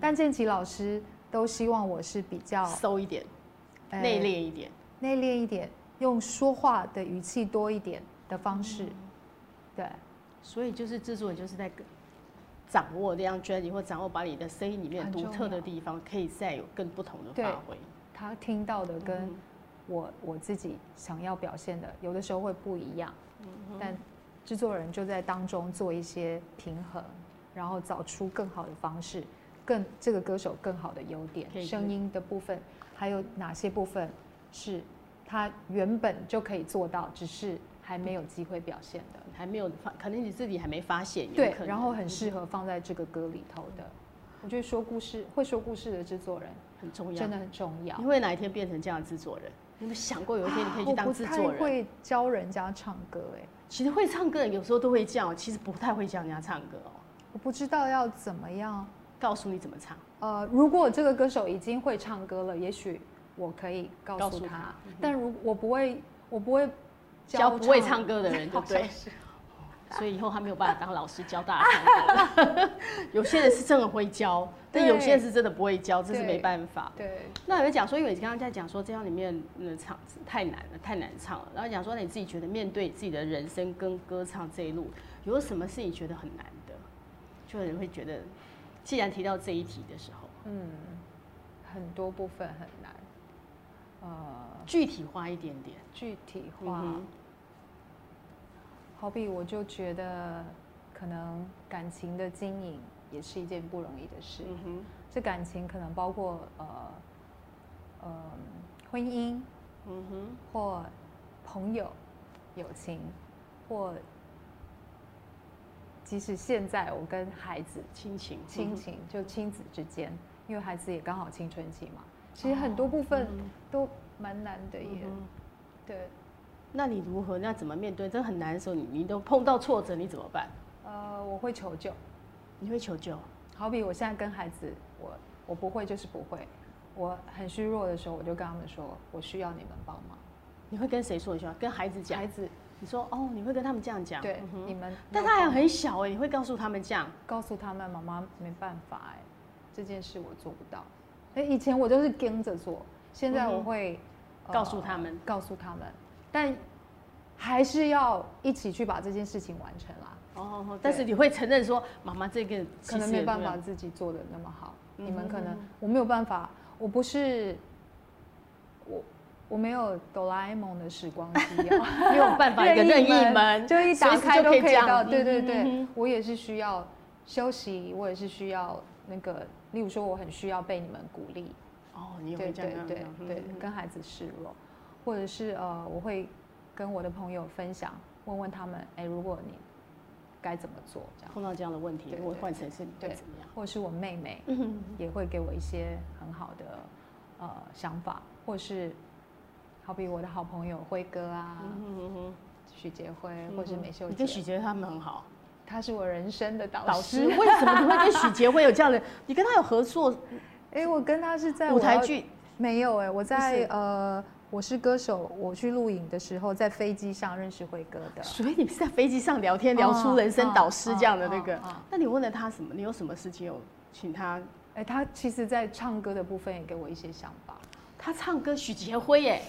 Speaker 2: 但建奇老师都希望我是比较
Speaker 1: 收一点，
Speaker 2: 呃
Speaker 1: 内敛一点。
Speaker 2: 内敛一点，用说话的语气多一点的方式。
Speaker 1: 嗯
Speaker 2: 对，
Speaker 1: 所以就是制作人就是在掌握这张专辑，或掌握把你的声音里面
Speaker 2: 很
Speaker 1: 独
Speaker 2: 重
Speaker 1: 特的
Speaker 2: 要
Speaker 1: 地方，可以再有更不同的
Speaker 2: 对
Speaker 1: 发挥。
Speaker 2: 他听到的跟
Speaker 1: 嗯
Speaker 2: 我我自己想要表现的，有的时候会不一样。
Speaker 1: 嗯
Speaker 2: 但制作人就在当中做一些平衡，然后找出更好的方式，更这个歌手更好的优点
Speaker 1: 可以，
Speaker 2: 声音的部分，还有哪些部分是他原本就可以做到，只是还没有机会表现的。
Speaker 1: 嗯还没有发，可能你自己还没发嗯现。有
Speaker 2: 对
Speaker 1: 可，能
Speaker 2: 然后很适合放在这个歌里头的。我觉得说故事会说故事的制作人
Speaker 1: 很重要
Speaker 2: 真。的很重要
Speaker 1: 你。会哪一天变成这样的制作人？你有没有想过有一天你可以去
Speaker 2: 啊
Speaker 1: 当制作
Speaker 2: 我不太
Speaker 1: 人？
Speaker 2: 会教人家唱歌哎、
Speaker 1: 其实会唱歌的人有时候都会叫，其实不太会教人家唱歌哦。
Speaker 2: 我不知道要怎么样。
Speaker 1: 告诉你怎么唱，
Speaker 2: 呃，如果这个歌手已经会唱歌了，也许我可以告
Speaker 1: 告
Speaker 2: 诉
Speaker 1: 诉
Speaker 2: 他，
Speaker 1: 他
Speaker 2: 但如我不会，我不会
Speaker 1: 教不会唱歌的人，对
Speaker 2: 好
Speaker 1: 不
Speaker 2: 像
Speaker 1: 对？
Speaker 2: 是
Speaker 1: 所以以后他没有办法当老师教大家 唱歌。有些人是真的会教，但有些人是真的不会教，这是没办法。
Speaker 2: 对，
Speaker 1: 那有人讲说，因为你刚刚在讲说，这样里面的唱太难了，太难唱了。然后讲说，你自己觉得面对自己的人生跟歌唱这一路，有什么是你觉得很难的？就有人会觉得，既然提到这一题的时候，
Speaker 2: 嗯，很多部分很难，呃，
Speaker 1: 具体化一点点。
Speaker 2: 具体化，
Speaker 1: 嗯
Speaker 2: 好比我就觉得可能感情的经营也是一件不容易的事
Speaker 1: 哼，，嗯哼，
Speaker 2: 这感情可能包括呃呃婚姻
Speaker 1: 嗯哼，
Speaker 2: 或朋友、友情，或即使现在我跟孩子
Speaker 1: 亲情，
Speaker 2: 亲
Speaker 1: 嗯哼
Speaker 2: 情、就亲子之间，因为孩子也刚好青春期嘛，其实很多部分都蛮难的耶。
Speaker 1: 哦嗯嗯哼
Speaker 2: 对，
Speaker 1: 那你如何？那怎么面对？真的很难的时候，你你都碰到挫折，你怎么办？
Speaker 2: 呃，我会求救。
Speaker 1: 你会求救？
Speaker 2: 好比我现在跟孩子，我我不会就是不会，我很虚弱的时候，我就跟他们说，我需要你们帮忙。
Speaker 1: 你会跟谁说一句话？跟孩子讲
Speaker 2: 孩。子，
Speaker 1: 你说哦，你会跟他们这样讲。
Speaker 2: 对、
Speaker 1: 嗯哼
Speaker 2: 你们，
Speaker 1: 但他还很小哎，你会告诉他们这样？
Speaker 2: 告诉他们妈妈没办法哎、这件事我做不到。哎，以前我就是跟着做，现在
Speaker 1: 嗯哼
Speaker 2: 我会、呃
Speaker 1: 告诉他们，
Speaker 2: 告诉他们，但还是要一起去把这件事情完成啦。
Speaker 1: 哦，但是你会承认说，妈妈这个
Speaker 2: 可
Speaker 1: 其
Speaker 2: 能
Speaker 1: 实
Speaker 2: 没
Speaker 1: 也
Speaker 2: 办
Speaker 1: 不
Speaker 2: 法
Speaker 1: 要。
Speaker 2: 自己做的那么好，
Speaker 1: 嗯
Speaker 2: 你们可能
Speaker 1: 嗯
Speaker 2: 我没有办法，我不是我我没有哆啦 A 梦的时光机哦，
Speaker 1: 没有办法一个 任意门
Speaker 2: 就一打
Speaker 1: 随时
Speaker 2: 开都可
Speaker 1: 就可以
Speaker 2: 以
Speaker 1: 这样
Speaker 2: 到，对对
Speaker 1: 嗯哼
Speaker 2: 对，我也是需要休息，我也是需要那个，例如说我很需要被你们鼓励，
Speaker 1: 哦，你也
Speaker 2: 对
Speaker 1: 会这
Speaker 2: 对
Speaker 1: 样
Speaker 2: 对
Speaker 1: 这样
Speaker 2: 对，
Speaker 1: 嗯
Speaker 2: 跟孩子示弱，或者是呃，我会跟我的朋友分享，问问他们，哎，如果你该怎么做这样，
Speaker 1: 碰到这样的问题，
Speaker 2: 对
Speaker 1: 如果
Speaker 2: 对
Speaker 1: 换成是你会
Speaker 2: 对
Speaker 1: 怎么样？嗯
Speaker 2: 或者是我妹妹也会给我一些很好的呃想法，或是好比我的好朋友辉哥啊，
Speaker 1: 嗯哼嗯哼
Speaker 2: 许杰辉
Speaker 1: 嗯哼
Speaker 2: 或是美秀
Speaker 1: 你跟
Speaker 2: 姐，
Speaker 1: 许杰他们很好，
Speaker 2: 他是我人生的导
Speaker 1: 导师
Speaker 2: 师。
Speaker 1: 为什么你会跟许杰会有这样的？你跟他有合作
Speaker 2: 哎、我跟他是在
Speaker 1: 舞台
Speaker 2: 我要
Speaker 1: 剧？
Speaker 2: 没有哎、我
Speaker 1: 不
Speaker 2: 在
Speaker 1: 是
Speaker 2: 呃我是歌手，我去录影的时候在飞机上认识辉哥的。哦
Speaker 1: 所以你们是在飞机上聊天，聊出人生导师这样的那个
Speaker 2: 嗯嗯嗯嗯。
Speaker 1: 那你问了他什么？你有什么事情有请他？
Speaker 2: 哎、他其实，在唱歌的部分也给我一些想法。
Speaker 1: 他唱歌，许杰辉 耶，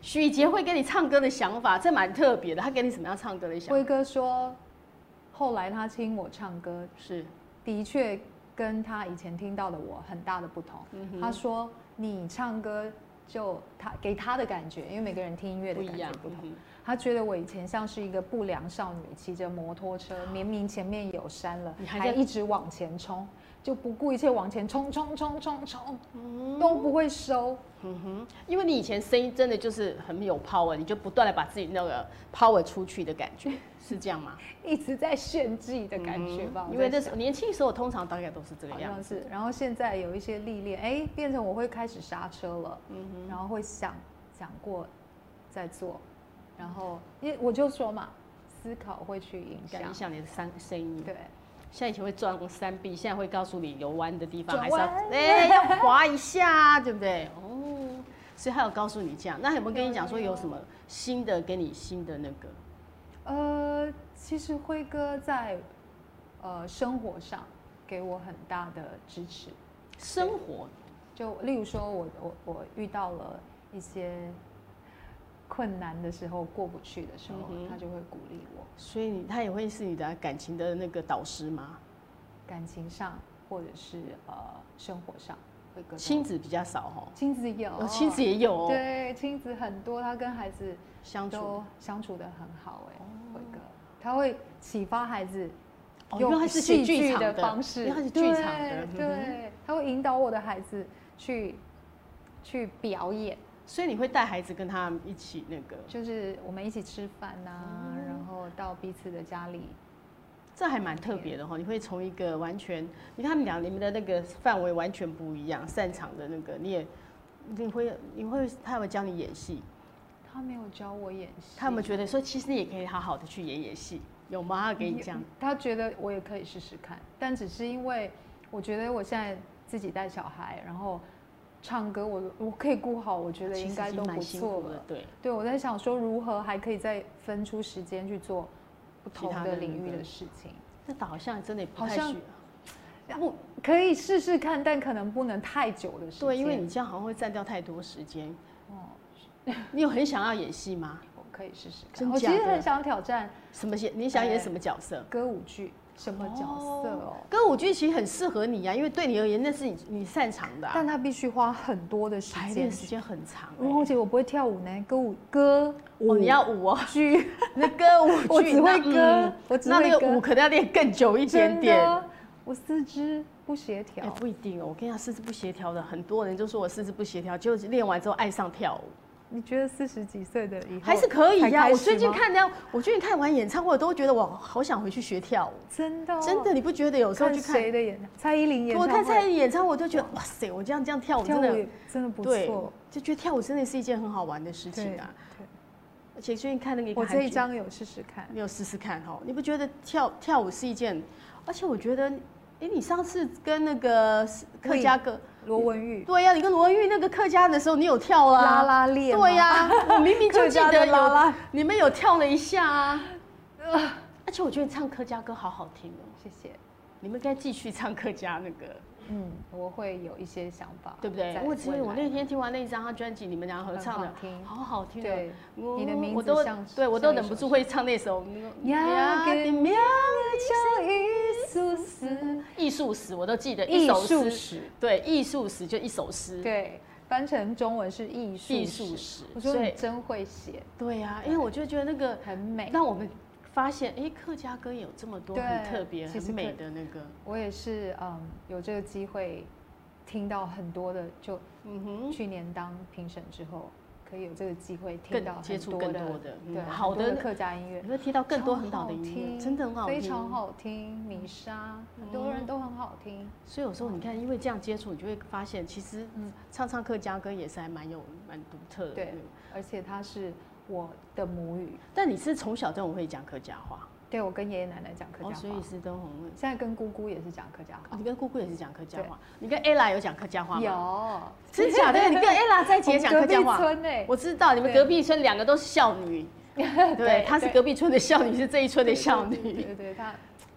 Speaker 1: 许杰辉跟你唱歌的想法，这蛮特别的。他给你什么样唱歌的想法？
Speaker 2: 辉哥说，后来他听我唱歌，
Speaker 1: 是
Speaker 2: 的确跟他以前听到的我很大的不同。
Speaker 1: 嗯哼
Speaker 2: 他说你唱歌就他给他的感觉，因为每个人听音乐
Speaker 1: 不
Speaker 2: 的
Speaker 1: 一
Speaker 2: 感觉
Speaker 1: 样，
Speaker 2: 不同。
Speaker 1: 嗯
Speaker 2: 他觉得我以前像是一个不良少女，骑着摩托车，明明前面有山了，
Speaker 1: 你还
Speaker 2: 还
Speaker 1: 在
Speaker 2: 一直往前冲，就不顾一切往前冲，冲冲冲冲，
Speaker 1: 哼
Speaker 2: 都不会收。
Speaker 1: 嗯哼，因为你以前声音真的就是很有 power，你就不断的把自己那个 power 出去的感 觉，是这样吗？
Speaker 2: 一直在炫技的感觉吧，
Speaker 1: 嗯
Speaker 2: 我
Speaker 1: 因为
Speaker 2: 在
Speaker 1: 那时候年轻的时候，通常大概都是这个
Speaker 2: 好
Speaker 1: 样
Speaker 2: 像
Speaker 1: 子。
Speaker 2: 是。然后现在有一些历练，哎，变成我会开始刹车了，然后会想想过再做，然后因为我就说嘛，思考会去影
Speaker 1: 感
Speaker 2: 响
Speaker 1: 觉，像你的三声音，
Speaker 2: 对，
Speaker 1: 像以前会转三臂，现在会告诉你有弯的地方，还
Speaker 2: 转
Speaker 1: 是要
Speaker 2: 弯
Speaker 1: 哎、要滑一下，对不对？哦，所以他有告诉你这样。那有没有跟你讲说有什么新的给你新的那个？
Speaker 2: 呃，其实辉哥在呃生活上给我很大的支持，
Speaker 1: 生活
Speaker 2: 就例如说我我我遇到了一些困难的时候，过不去的时候，
Speaker 1: 嗯哼
Speaker 2: 他就会鼓励我。
Speaker 1: 所以你他也会是你的感情的那个导师吗？
Speaker 2: 感情上或者是呃生活上会更
Speaker 1: 亲子比较少哦，
Speaker 2: 亲子有
Speaker 1: 哦亲子也有哦，
Speaker 2: 对亲子很多，他跟孩子
Speaker 1: 相处。
Speaker 2: 都相处的很好哎，辉哥他会启发孩子
Speaker 1: 哦因为他
Speaker 2: 用
Speaker 1: 是写
Speaker 2: 戏
Speaker 1: 剧
Speaker 2: 剧
Speaker 1: 场的
Speaker 2: 的方式，
Speaker 1: 因为他是剧场的
Speaker 2: 对
Speaker 1: 嗯
Speaker 2: 对，他会引导我的孩子去去表演，
Speaker 1: 所以你会带孩子跟他一起那个，
Speaker 2: 就是我们一起吃饭呐、
Speaker 1: 哦
Speaker 2: 然后到彼此的家里，
Speaker 1: 这还蛮特别的哈、你会从一个完全，你看他们俩你们的那个范围完全不一样，擅长的那个你也，你会你会他会教你演戏，
Speaker 2: 他没有教我演戏，
Speaker 1: 他们觉得说其实你也可以好好的去演演戏，有吗？他给你讲，
Speaker 2: 他觉得我也可以试试看，但只是因为我觉得我现在自己带小孩，然后唱歌我我可以顾好，我觉得
Speaker 1: 啊其实
Speaker 2: 应该
Speaker 1: 已经
Speaker 2: 都
Speaker 1: 蛮
Speaker 2: 不
Speaker 1: 辛
Speaker 2: 错
Speaker 1: 苦的
Speaker 2: 了。，
Speaker 1: 对，
Speaker 2: 对，我在想说如何还可以再分出时间去做不
Speaker 1: 其
Speaker 2: 同
Speaker 1: 他
Speaker 2: 的
Speaker 1: 的
Speaker 2: 领
Speaker 1: 那
Speaker 2: 域
Speaker 1: 个
Speaker 2: 的事情，
Speaker 1: 那倒好像真的也不
Speaker 2: 好
Speaker 1: 太
Speaker 2: 像
Speaker 1: 需要，
Speaker 2: 然后可以试试看，但可能不能太久的时间。
Speaker 1: 对，因为你这样好像会占掉太多时间。
Speaker 2: 哦，
Speaker 1: 你有很想要演戏吗？
Speaker 2: 我可以试试看。
Speaker 1: 真
Speaker 2: 我其
Speaker 1: 假
Speaker 2: 实
Speaker 1: 的
Speaker 2: 很想挑战
Speaker 1: 什么演？你想演什么角色？
Speaker 2: 歌舞剧，什么角色哦？
Speaker 1: 歌舞剧其实很适合你呀、啊因为对你而言那是你你擅长的、啊，
Speaker 2: 但它必须花很多的时
Speaker 1: 排
Speaker 2: 间
Speaker 1: 练。时间很长、欸。
Speaker 2: 如果姐我不会跳舞呢，歌舞歌
Speaker 1: 哦，
Speaker 2: 舞
Speaker 1: 你要 舞哦，
Speaker 2: 剧，
Speaker 1: 那歌舞
Speaker 2: 我
Speaker 1: 剧
Speaker 2: 只会
Speaker 1: 那
Speaker 2: 歌
Speaker 1: 嗯
Speaker 2: 我只
Speaker 1: 那
Speaker 2: 会
Speaker 1: 那个
Speaker 2: 歌
Speaker 1: 舞可能要练更久一点点。
Speaker 2: 真的，我四肢不协
Speaker 1: 哎、
Speaker 2: 调，
Speaker 1: 不一定哦。我跟你讲，四肢不协调的，很多人就说我四肢不协调，结果练完之后爱上跳舞，
Speaker 2: 你觉得四十几岁的以后
Speaker 1: 还是可以
Speaker 2: 才
Speaker 1: 呀、
Speaker 2: 开
Speaker 1: 我
Speaker 2: 始
Speaker 1: 最近
Speaker 2: 吗
Speaker 1: 看到，我最近看完演唱会，我都觉得我好想回去学跳舞。
Speaker 2: 真的哦
Speaker 1: 真的，你不觉得有时候
Speaker 2: 看
Speaker 1: 去看
Speaker 2: 谁的演唱蔡依林演
Speaker 1: 我
Speaker 2: 唱会，
Speaker 1: 看蔡依林演唱会，我都觉得哇塞，我这样这样跳舞
Speaker 2: 跳
Speaker 1: 真
Speaker 2: 舞
Speaker 1: 的
Speaker 2: 也真的不
Speaker 1: 对
Speaker 2: 错，，
Speaker 1: 就觉得跳舞真的是一件很好玩的事
Speaker 2: 对
Speaker 1: 情啊。
Speaker 2: 对
Speaker 1: 而且最近看那个一个
Speaker 2: 我
Speaker 1: 韩
Speaker 2: 这一
Speaker 1: 剧
Speaker 2: 张有试试看，
Speaker 1: 你有试试看哈？你不觉得跳跳舞是一件？而且我觉得，哎，你上次跟那个客家歌，
Speaker 2: 罗文玉
Speaker 1: 对呀、你跟罗玉那个客家的时候，你有跳啊？
Speaker 2: 拉拉链吗，
Speaker 1: 对呀、我明 明就
Speaker 2: 客
Speaker 1: 记
Speaker 2: 家
Speaker 1: 得
Speaker 2: 的
Speaker 1: 有
Speaker 2: 拉拉，
Speaker 1: 你们有跳了一下 啊。而且我觉得唱客家歌好好听哦，
Speaker 2: 谢谢，
Speaker 1: 你们应该继续唱客家那个，
Speaker 2: 嗯，我会有一些想法，
Speaker 1: 对不对
Speaker 2: 在？
Speaker 1: 我只
Speaker 2: 未
Speaker 1: 有我
Speaker 2: 来
Speaker 1: 那天听完那一张他专辑，你们俩合唱的
Speaker 2: 很好，听
Speaker 1: 好好听哦。
Speaker 2: 对
Speaker 1: 我
Speaker 2: 你的名
Speaker 1: 我
Speaker 2: 字
Speaker 1: 都
Speaker 2: 像
Speaker 1: 对我
Speaker 2: 像
Speaker 1: 都
Speaker 2: 一
Speaker 1: 忍
Speaker 2: 首
Speaker 1: 不住
Speaker 2: 诗
Speaker 1: 会唱那首。
Speaker 2: 呀，给
Speaker 1: 给
Speaker 2: 命里像一束丝，
Speaker 1: 艺术史我都记得，一
Speaker 2: 艺
Speaker 1: 首
Speaker 2: 术
Speaker 1: 诗，
Speaker 2: 史，
Speaker 1: 对，艺术史就一首诗，
Speaker 2: 对，翻成中文是艺术
Speaker 1: 艺术
Speaker 2: 史。
Speaker 1: 史，
Speaker 2: 我说
Speaker 1: 所
Speaker 2: 你
Speaker 1: 以
Speaker 2: 真会写，
Speaker 1: 对呀、因为我就觉得那个
Speaker 2: 很美。
Speaker 1: 让我们发现，哎、客家歌有这么多
Speaker 2: 对
Speaker 1: 很特别、
Speaker 2: 其
Speaker 1: 很
Speaker 2: 实
Speaker 1: 美
Speaker 2: 客
Speaker 1: 的那个，
Speaker 2: 我也是，嗯，有这个机会听到很多的，就
Speaker 1: 嗯哼，
Speaker 2: 去年当评审之后，可以有这个机会听到
Speaker 1: 更接
Speaker 2: 很
Speaker 1: 触
Speaker 2: 多
Speaker 1: 更
Speaker 2: 的，
Speaker 1: 多的，
Speaker 2: 对，
Speaker 1: 嗯，
Speaker 2: 很
Speaker 1: 好
Speaker 2: 多
Speaker 1: 的
Speaker 2: 的，客家音乐
Speaker 1: 你，会听到更多
Speaker 2: 超
Speaker 1: 很好的音乐，
Speaker 2: 听
Speaker 1: 真的很好听，嗯
Speaker 2: 非常。好听。米莎，很多人都很好听，
Speaker 1: 所以有时候你看，因为这样接触，你就会发现，其实
Speaker 2: 嗯
Speaker 1: 唱唱客家歌也是还蛮有蛮独特的。
Speaker 2: 对，而且它是我的母语，
Speaker 1: 但你是从小就很会讲客家话，
Speaker 2: 对我跟爷爷奶奶讲客
Speaker 1: 哦，
Speaker 2: 家话，
Speaker 1: 所以是都很会。
Speaker 2: 现在跟姑姑也是讲客家
Speaker 1: 哦
Speaker 2: 话，
Speaker 1: 你跟姑姑也是讲客家话，你跟 Ella 有讲客家话吗？
Speaker 2: 有
Speaker 1: 真假的？你跟 Ella 在一起也讲客家
Speaker 2: 我们隔
Speaker 1: 话？
Speaker 2: 壁村哎，
Speaker 1: 我知道你们
Speaker 2: 对
Speaker 1: 隔壁村两个都是孝女，对，她是隔壁村的孝女，是这一村的孝
Speaker 2: 对对
Speaker 1: 女，
Speaker 2: 对对，他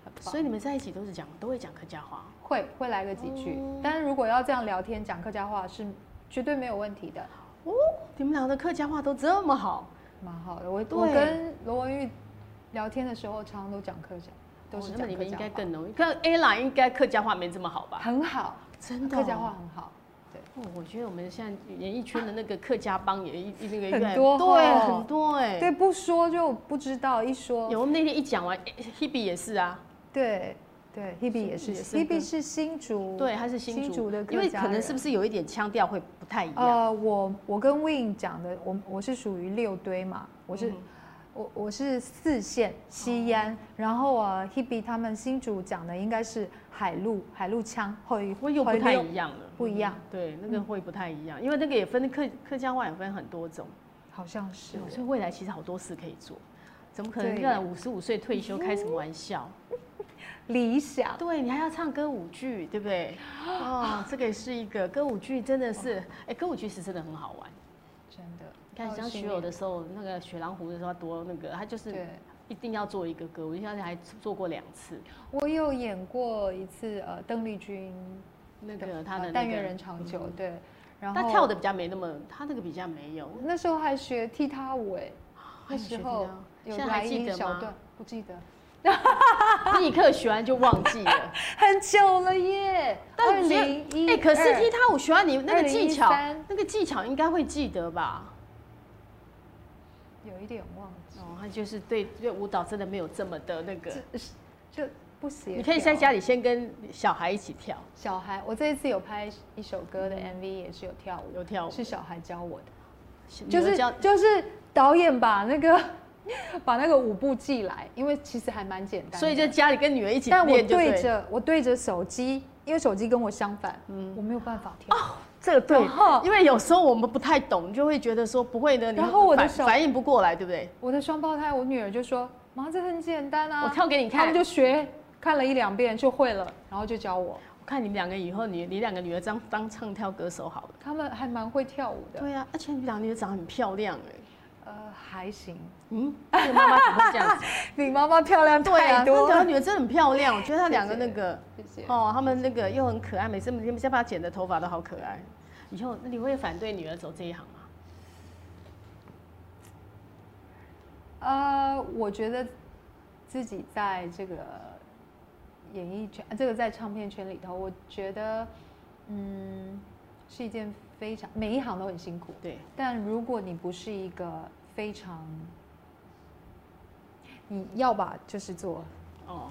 Speaker 2: 很棒
Speaker 1: 所以你们在一起都是讲都会讲客家话。
Speaker 2: 会会来个几句
Speaker 1: 哦，
Speaker 2: 但是如果要这样聊天讲客家话是绝对没有问题的，
Speaker 1: 哦，你们俩的客家话都这么好，
Speaker 2: 蛮好的。我
Speaker 1: 对
Speaker 2: 我跟罗文玉聊天的时候，常常都讲客家，都是
Speaker 1: 哦那
Speaker 2: 讲
Speaker 1: 么你
Speaker 2: 客
Speaker 1: 们应
Speaker 2: 家
Speaker 1: 该
Speaker 2: 话
Speaker 1: 更容易。可 A 啦，应该客家话没这么好吧？
Speaker 2: 很好，
Speaker 1: 真的、
Speaker 2: 客家话。很好。
Speaker 1: 哦，我觉得我们现在演艺圈的那个客家帮也一那个越
Speaker 2: 很
Speaker 1: 来
Speaker 2: 多
Speaker 1: 对，
Speaker 2: 吼
Speaker 1: 很多哎、
Speaker 2: 对，不说就不知道，一说
Speaker 1: 有我们那天一讲完，Hebe 也是啊，
Speaker 2: 对对，Hebe 也是
Speaker 1: 也是跟
Speaker 2: ，Hebe 是新竹，
Speaker 1: 对，他是新竹
Speaker 2: 的客家
Speaker 1: 因
Speaker 2: 人，
Speaker 1: 为可能是不是有一点腔调会不太一样？
Speaker 2: 呃，我我跟 Win 讲的，我我是属于六堆嘛，我是、
Speaker 1: 嗯哦哼
Speaker 2: 我我是四线西安，然后啊 Hebe 他们新竹讲的应该是海陆海陆腔，会
Speaker 1: 会又不太一样了，
Speaker 2: 不一样
Speaker 1: 嗯对，那个会不太一样，因为那个也分客客家话也分很多种，
Speaker 2: 好像是哦
Speaker 1: 所以未来其实好多事可以做，怎么可能
Speaker 2: 对
Speaker 1: 让五十五岁退休开什么玩笑？
Speaker 2: 理想，
Speaker 1: 对你还要唱歌舞剧，对不对？哦，这个也是一个歌舞剧，真的
Speaker 2: 哦
Speaker 1: 是，哎，歌舞剧是真的很好玩。
Speaker 2: 真的。
Speaker 1: 你看像
Speaker 2: 20
Speaker 1: 学友的时候，那个雪狼湖的时候他多那个，他就是
Speaker 2: 对，
Speaker 1: 一定要做一个歌舞剧，而且还做过两次。
Speaker 2: 我有演过一次呃邓丽君
Speaker 1: 那个他的
Speaker 2: 呃
Speaker 1: 那
Speaker 2: 但
Speaker 1: 个
Speaker 2: 愿人长久，对，然后
Speaker 1: 他跳的比较没那么，他那个比较没有。
Speaker 2: 那时候还学踢踏舞哎，那
Speaker 1: 哎你
Speaker 2: 时
Speaker 1: 觉得
Speaker 2: 候
Speaker 1: 呢
Speaker 2: 有
Speaker 1: 现在
Speaker 2: 来
Speaker 1: 还
Speaker 2: 一
Speaker 1: 记得
Speaker 2: 小
Speaker 1: 吗？
Speaker 2: 段，不记得，
Speaker 1: 立刻学完就忘记了。
Speaker 2: 很久了耶，
Speaker 1: 但
Speaker 2: 二
Speaker 1: 我觉得
Speaker 2: 零 一
Speaker 1: 哎、可是踢踏舞学完你那个技巧
Speaker 2: 2013，
Speaker 1: 那个技巧应该会记得吧？
Speaker 2: 有一点忘记，
Speaker 1: 哦，他就是对对舞蹈真的没有这么的那个。
Speaker 2: 就不协调。
Speaker 1: 你可以在家里先跟小孩一起跳，
Speaker 2: 小孩，我这一次有拍一首歌的 MV，也是有跳舞，
Speaker 1: 嗯有跳舞，
Speaker 2: 是小孩教我的，
Speaker 1: 女
Speaker 2: 就
Speaker 1: 儿
Speaker 2: 是
Speaker 1: 教
Speaker 2: 就是导演把那个 把那个舞步寄来，因为其实还蛮简单的，
Speaker 1: 所以就家里跟女儿一起
Speaker 2: 但我
Speaker 1: 练就
Speaker 2: 对
Speaker 1: 对。
Speaker 2: 着我对着手机，因为手机跟我相反，
Speaker 1: 嗯
Speaker 2: 我没有办法跳。
Speaker 1: 这个对
Speaker 2: 然后，
Speaker 1: 因为有时候我们不太懂，就会觉得说不会的，你
Speaker 2: 然后我的
Speaker 1: 反
Speaker 2: 手
Speaker 1: 反应不过来，对不对？
Speaker 2: 我的双胞胎，我女儿就说：“妈，这很简单啊。”
Speaker 1: 我跳给你看
Speaker 2: 他们就学看了一两遍就会了，然后就教我。
Speaker 1: 我看你们两个以后，你你两个女儿当当唱跳歌手好了。
Speaker 2: 他们还蛮会跳舞的，
Speaker 1: 对啊，而且你们两个女儿长得很漂亮哎。
Speaker 2: 呃，还行。
Speaker 1: 嗯，这个妈妈怎么会这样子？
Speaker 2: 你妈妈漂亮
Speaker 1: 对啊，
Speaker 2: 太
Speaker 1: 她两
Speaker 2: 多
Speaker 1: 个
Speaker 2: 了，
Speaker 1: 女儿真的很漂 亮，我觉得她两个
Speaker 2: 谢谢
Speaker 1: 那个
Speaker 2: 谢谢。
Speaker 1: 哦，她们那个又很可爱，每次每天把她剪的头发都好可爱。以后你会反对女儿走这一行吗？
Speaker 2: 呃，我觉得自己在这个演艺圈，呃这个在唱片圈里头，我觉得，嗯，是一件非常每一行都很辛苦。
Speaker 1: 对，
Speaker 2: 但如果你不是一个非常，你要吧就是做，
Speaker 1: 哦，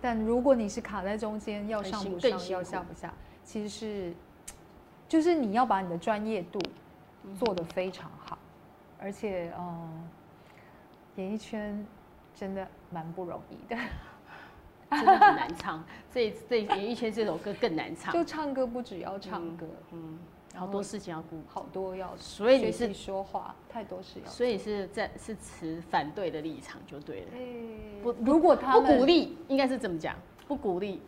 Speaker 2: 但如果你是卡在中间，要
Speaker 1: 很
Speaker 2: 上
Speaker 1: 辛
Speaker 2: 不
Speaker 1: 更
Speaker 2: 上，
Speaker 1: 辛
Speaker 2: 要
Speaker 1: 苦
Speaker 2: 下不下，其实是，就是你要把你的专业度
Speaker 1: 嗯
Speaker 2: 做得非常好，而且嗯，演艺圈真的蛮不容易的，
Speaker 1: 真的很难唱。 这这演艺圈这首歌更难唱，
Speaker 2: 就唱歌不只要唱歌，
Speaker 1: 嗯，好多事情要顾。
Speaker 2: 好多要
Speaker 1: 嗯所以
Speaker 2: 学
Speaker 1: 你是
Speaker 2: 习说话，太多事要。
Speaker 1: 所以是在是持反对的立场就对了，
Speaker 2: 不，如果他
Speaker 1: 不
Speaker 2: 们
Speaker 1: 鼓励，应该是这么讲，不鼓励。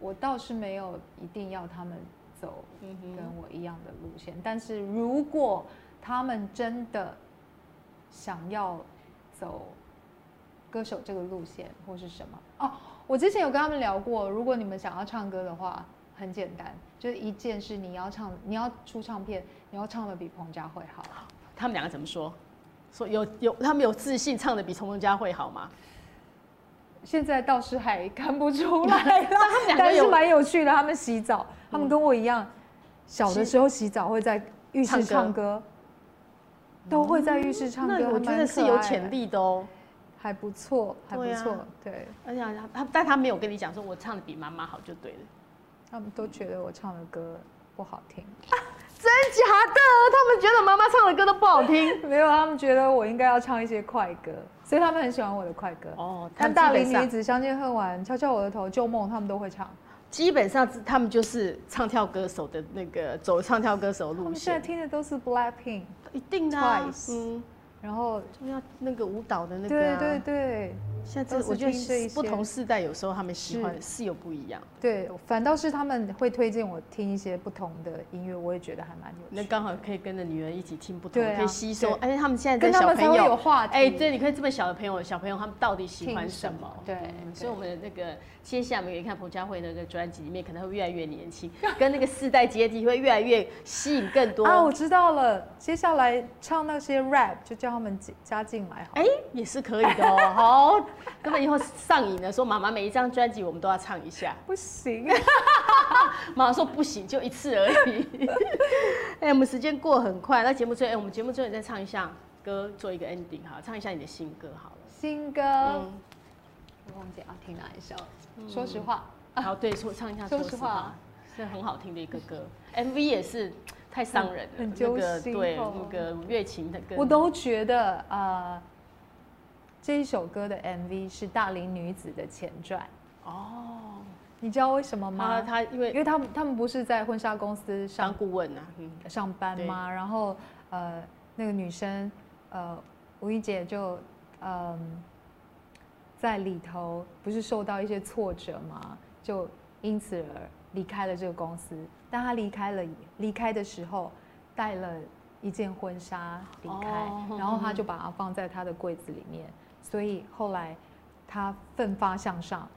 Speaker 2: 我倒是没有一定要他们走
Speaker 1: 嗯
Speaker 2: 跟我一样的路线，但是如果他们真的想要走歌手这个路线或是什么哦，我之前有跟他们聊过，如果你们想要唱歌的话，很简单，就是一件事，你要唱，你要出唱片，你要唱的比彭佳慧好。
Speaker 1: 他们两个怎么说？说有有，他们有自信唱的比陈文佳会好 吗？
Speaker 2: 现在倒是还看不出来了
Speaker 1: 他们两个
Speaker 2: 但是
Speaker 1: 有
Speaker 2: 蛮有趣的。他们洗澡，他们跟我一样，小的时候洗澡会在浴室唱
Speaker 1: 唱
Speaker 2: 歌，都会在浴室唱歌，
Speaker 1: 那我觉得
Speaker 2: 还蛮
Speaker 1: 是有
Speaker 2: 可爱的
Speaker 1: 潜，力的哦。
Speaker 2: 还不错，还不
Speaker 1: 对啊
Speaker 2: 错，对
Speaker 1: 而且他他，但他没有跟你讲说我唱的比妈妈好就对了，
Speaker 2: 他们都觉得我唱的歌不好听，
Speaker 1: 真假的？他们觉得妈妈唱的歌都不好听。
Speaker 2: 没有，他们觉得我应该要唱一些快歌，所以他们很喜欢我的快歌。
Speaker 1: 哦，他
Speaker 2: 看
Speaker 1: 们
Speaker 2: 大
Speaker 1: 大
Speaker 2: 龄
Speaker 1: 龄
Speaker 2: 女
Speaker 1: 女，
Speaker 2: 子相见恨晚，敲敲我的头，旧梦，他们都会唱。
Speaker 1: 基本上他们就是唱跳歌手的那个走唱跳歌手
Speaker 2: 他
Speaker 1: 路
Speaker 2: 们现在
Speaker 1: 线，
Speaker 2: 听的都是 Blackpink，
Speaker 1: 一定的啊、
Speaker 2: Twice
Speaker 1: 嗯，
Speaker 2: 然后
Speaker 1: 就要那个舞蹈的那个、
Speaker 2: 对
Speaker 1: 啊，
Speaker 2: 对对，
Speaker 1: 现在
Speaker 2: 都
Speaker 1: 这
Speaker 2: 是
Speaker 1: 我觉得
Speaker 2: 听这一
Speaker 1: 是不
Speaker 2: 些
Speaker 1: 同世代有时候他们喜
Speaker 2: 是
Speaker 1: 欢的是有不一样，
Speaker 2: 对，反倒是他们会推荐我听一些不同的音乐，我也觉得还蛮有
Speaker 1: 那
Speaker 2: 趣的，
Speaker 1: 刚好可以跟着女儿一起听不同，
Speaker 2: 对啊
Speaker 1: 可以吸收。
Speaker 2: 对
Speaker 1: 而且他们现在
Speaker 2: 跟
Speaker 1: 的
Speaker 2: 他
Speaker 1: 小
Speaker 2: 们才
Speaker 1: 朋
Speaker 2: 会
Speaker 1: 友
Speaker 2: 有，话题。
Speaker 1: 哎、对，你看这么小的朋友，小朋友他们到底喜欢
Speaker 2: 听什
Speaker 1: 什
Speaker 2: 么
Speaker 1: 么？
Speaker 2: 对对
Speaker 1: 所以我们的那个接下来我们可以看彭佳慧的那个专辑里面，可能会越来越年轻，跟那个世代阶级会越来越吸引更多。
Speaker 2: 啊，我知道了，接下来唱那些 rap 就叫他们加加进来好了。
Speaker 1: 哎、也是可以的哦。好，根本以后上瘾了，说妈妈每一张专辑我们都要唱一下。
Speaker 2: 不行。
Speaker 1: 妈妈说不行，就一次而已。 哎，我们时间过很快，那节目最后，哎，我们节目最后你再唱一下歌，做一个 ending 好，唱一下你的新歌好了。
Speaker 2: 新歌，
Speaker 1: 嗯，
Speaker 2: 我忘记要听哪一首了。说实话，
Speaker 1: 好，哦对，说唱一下。
Speaker 2: 说
Speaker 1: 说实
Speaker 2: 实话啊
Speaker 1: 话，是很好听的一个歌，MV 也是太伤人了，
Speaker 2: 很很
Speaker 1: 那
Speaker 2: 揪
Speaker 1: 个
Speaker 2: 心
Speaker 1: 对
Speaker 2: 哦
Speaker 1: 那个月琴的歌，
Speaker 2: 我都觉得呃，这一首歌的 MV 是《大龄女子》的前传。
Speaker 1: 哦，
Speaker 2: 你知道为什么
Speaker 1: 啊他
Speaker 2: 吗？
Speaker 1: 他因
Speaker 2: 因
Speaker 1: 为
Speaker 2: 为他们他们不是在婚纱公司
Speaker 1: 当
Speaker 2: 上
Speaker 1: 顾问啊，嗯，
Speaker 2: 上班吗？然后呃，那个女生呃，吴一姐就嗯、在里头不是受到一些挫折吗？就因此而离开了这个公司。但她离开了，离开的时候带了一件婚纱离开，
Speaker 1: 哦
Speaker 2: 然后她就把它放在她的柜子里面。所以后来她奋发向上，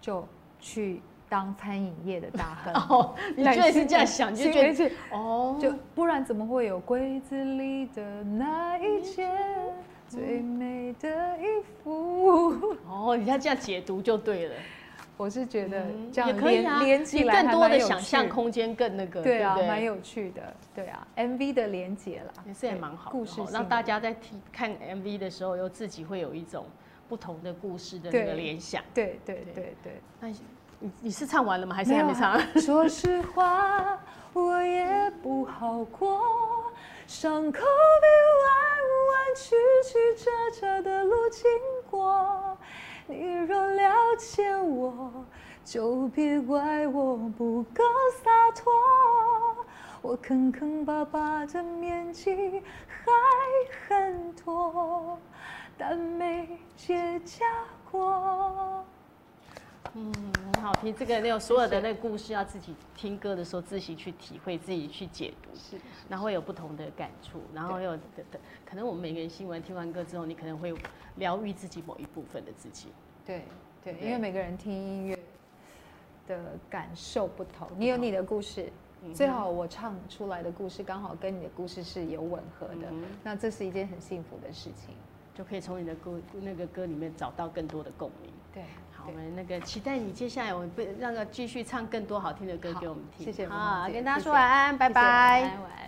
Speaker 2: 就去当餐饮业的大亨。
Speaker 1: 哦， 你居然是这样想，就
Speaker 2: 心
Speaker 1: 觉
Speaker 2: 里
Speaker 1: 得
Speaker 2: 是
Speaker 1: 哦，
Speaker 2: 就不然怎么会有柜子里的那一件
Speaker 1: 嗯
Speaker 2: 最美的衣服？
Speaker 1: 哦，你要这样解读就对了，
Speaker 2: 我是觉得
Speaker 1: 嗯
Speaker 2: 这
Speaker 1: 也
Speaker 2: 样
Speaker 1: 可以
Speaker 2: 连、
Speaker 1: 啊，
Speaker 2: 连起
Speaker 1: 你
Speaker 2: 来
Speaker 1: 更多的
Speaker 2: 还蛮有
Speaker 1: 想象
Speaker 2: 趣，
Speaker 1: 空间更那个，
Speaker 2: 对啊
Speaker 1: 不，对
Speaker 2: 蛮有趣的，对啊，MV 的连结啦，
Speaker 1: 也是也
Speaker 2: 对
Speaker 1: 蛮好的
Speaker 2: 故
Speaker 1: 哦，
Speaker 2: 事性的
Speaker 1: 让大家在听看 MV 的时候，又自己会有一种不同的故事的那
Speaker 2: 对
Speaker 1: 个联想。
Speaker 2: 对对
Speaker 1: 对
Speaker 2: 对对，
Speaker 1: 那你你你是唱完了吗？还是还没
Speaker 2: 有啊
Speaker 1: 唱？
Speaker 2: 说实话，我也不好过，伤口被弯弯曲曲折折的路经过。你若了解我，就别怪我不够洒脱。我坑坑巴巴的面积还很多，但没结痂过。
Speaker 1: 嗯，很好听。这个那种所有的那个故事，要自己听歌的时候自己去体会，自己去解读，
Speaker 2: 是
Speaker 1: 然后会有不同的感触，然后又有可能我们每个人听完听完歌之后，你可能会疗愈自己某一部分的自己。
Speaker 2: 对对，
Speaker 1: 对
Speaker 2: 因为每个人听音乐的感受不同，嗯你有你的故事，
Speaker 1: 嗯
Speaker 2: 最好我唱出来的故事刚好跟你的故事是有吻合的，
Speaker 1: 嗯
Speaker 2: 那这是一件很幸福的事情。
Speaker 1: 就可以从你的歌那个歌里面找到更多的共鸣。
Speaker 2: 对，
Speaker 1: 好，我
Speaker 2: 对
Speaker 1: 们那个期待你接下来，我们不那个继续唱更多好听的歌
Speaker 2: 好
Speaker 1: 给我们听。
Speaker 2: 谢谢文
Speaker 1: 好
Speaker 2: 红，姐
Speaker 1: 跟大家
Speaker 2: 谢
Speaker 1: 说
Speaker 2: 谢
Speaker 1: 晚安，拜
Speaker 2: 谢谢
Speaker 1: 拜。
Speaker 2: 晚安晚安。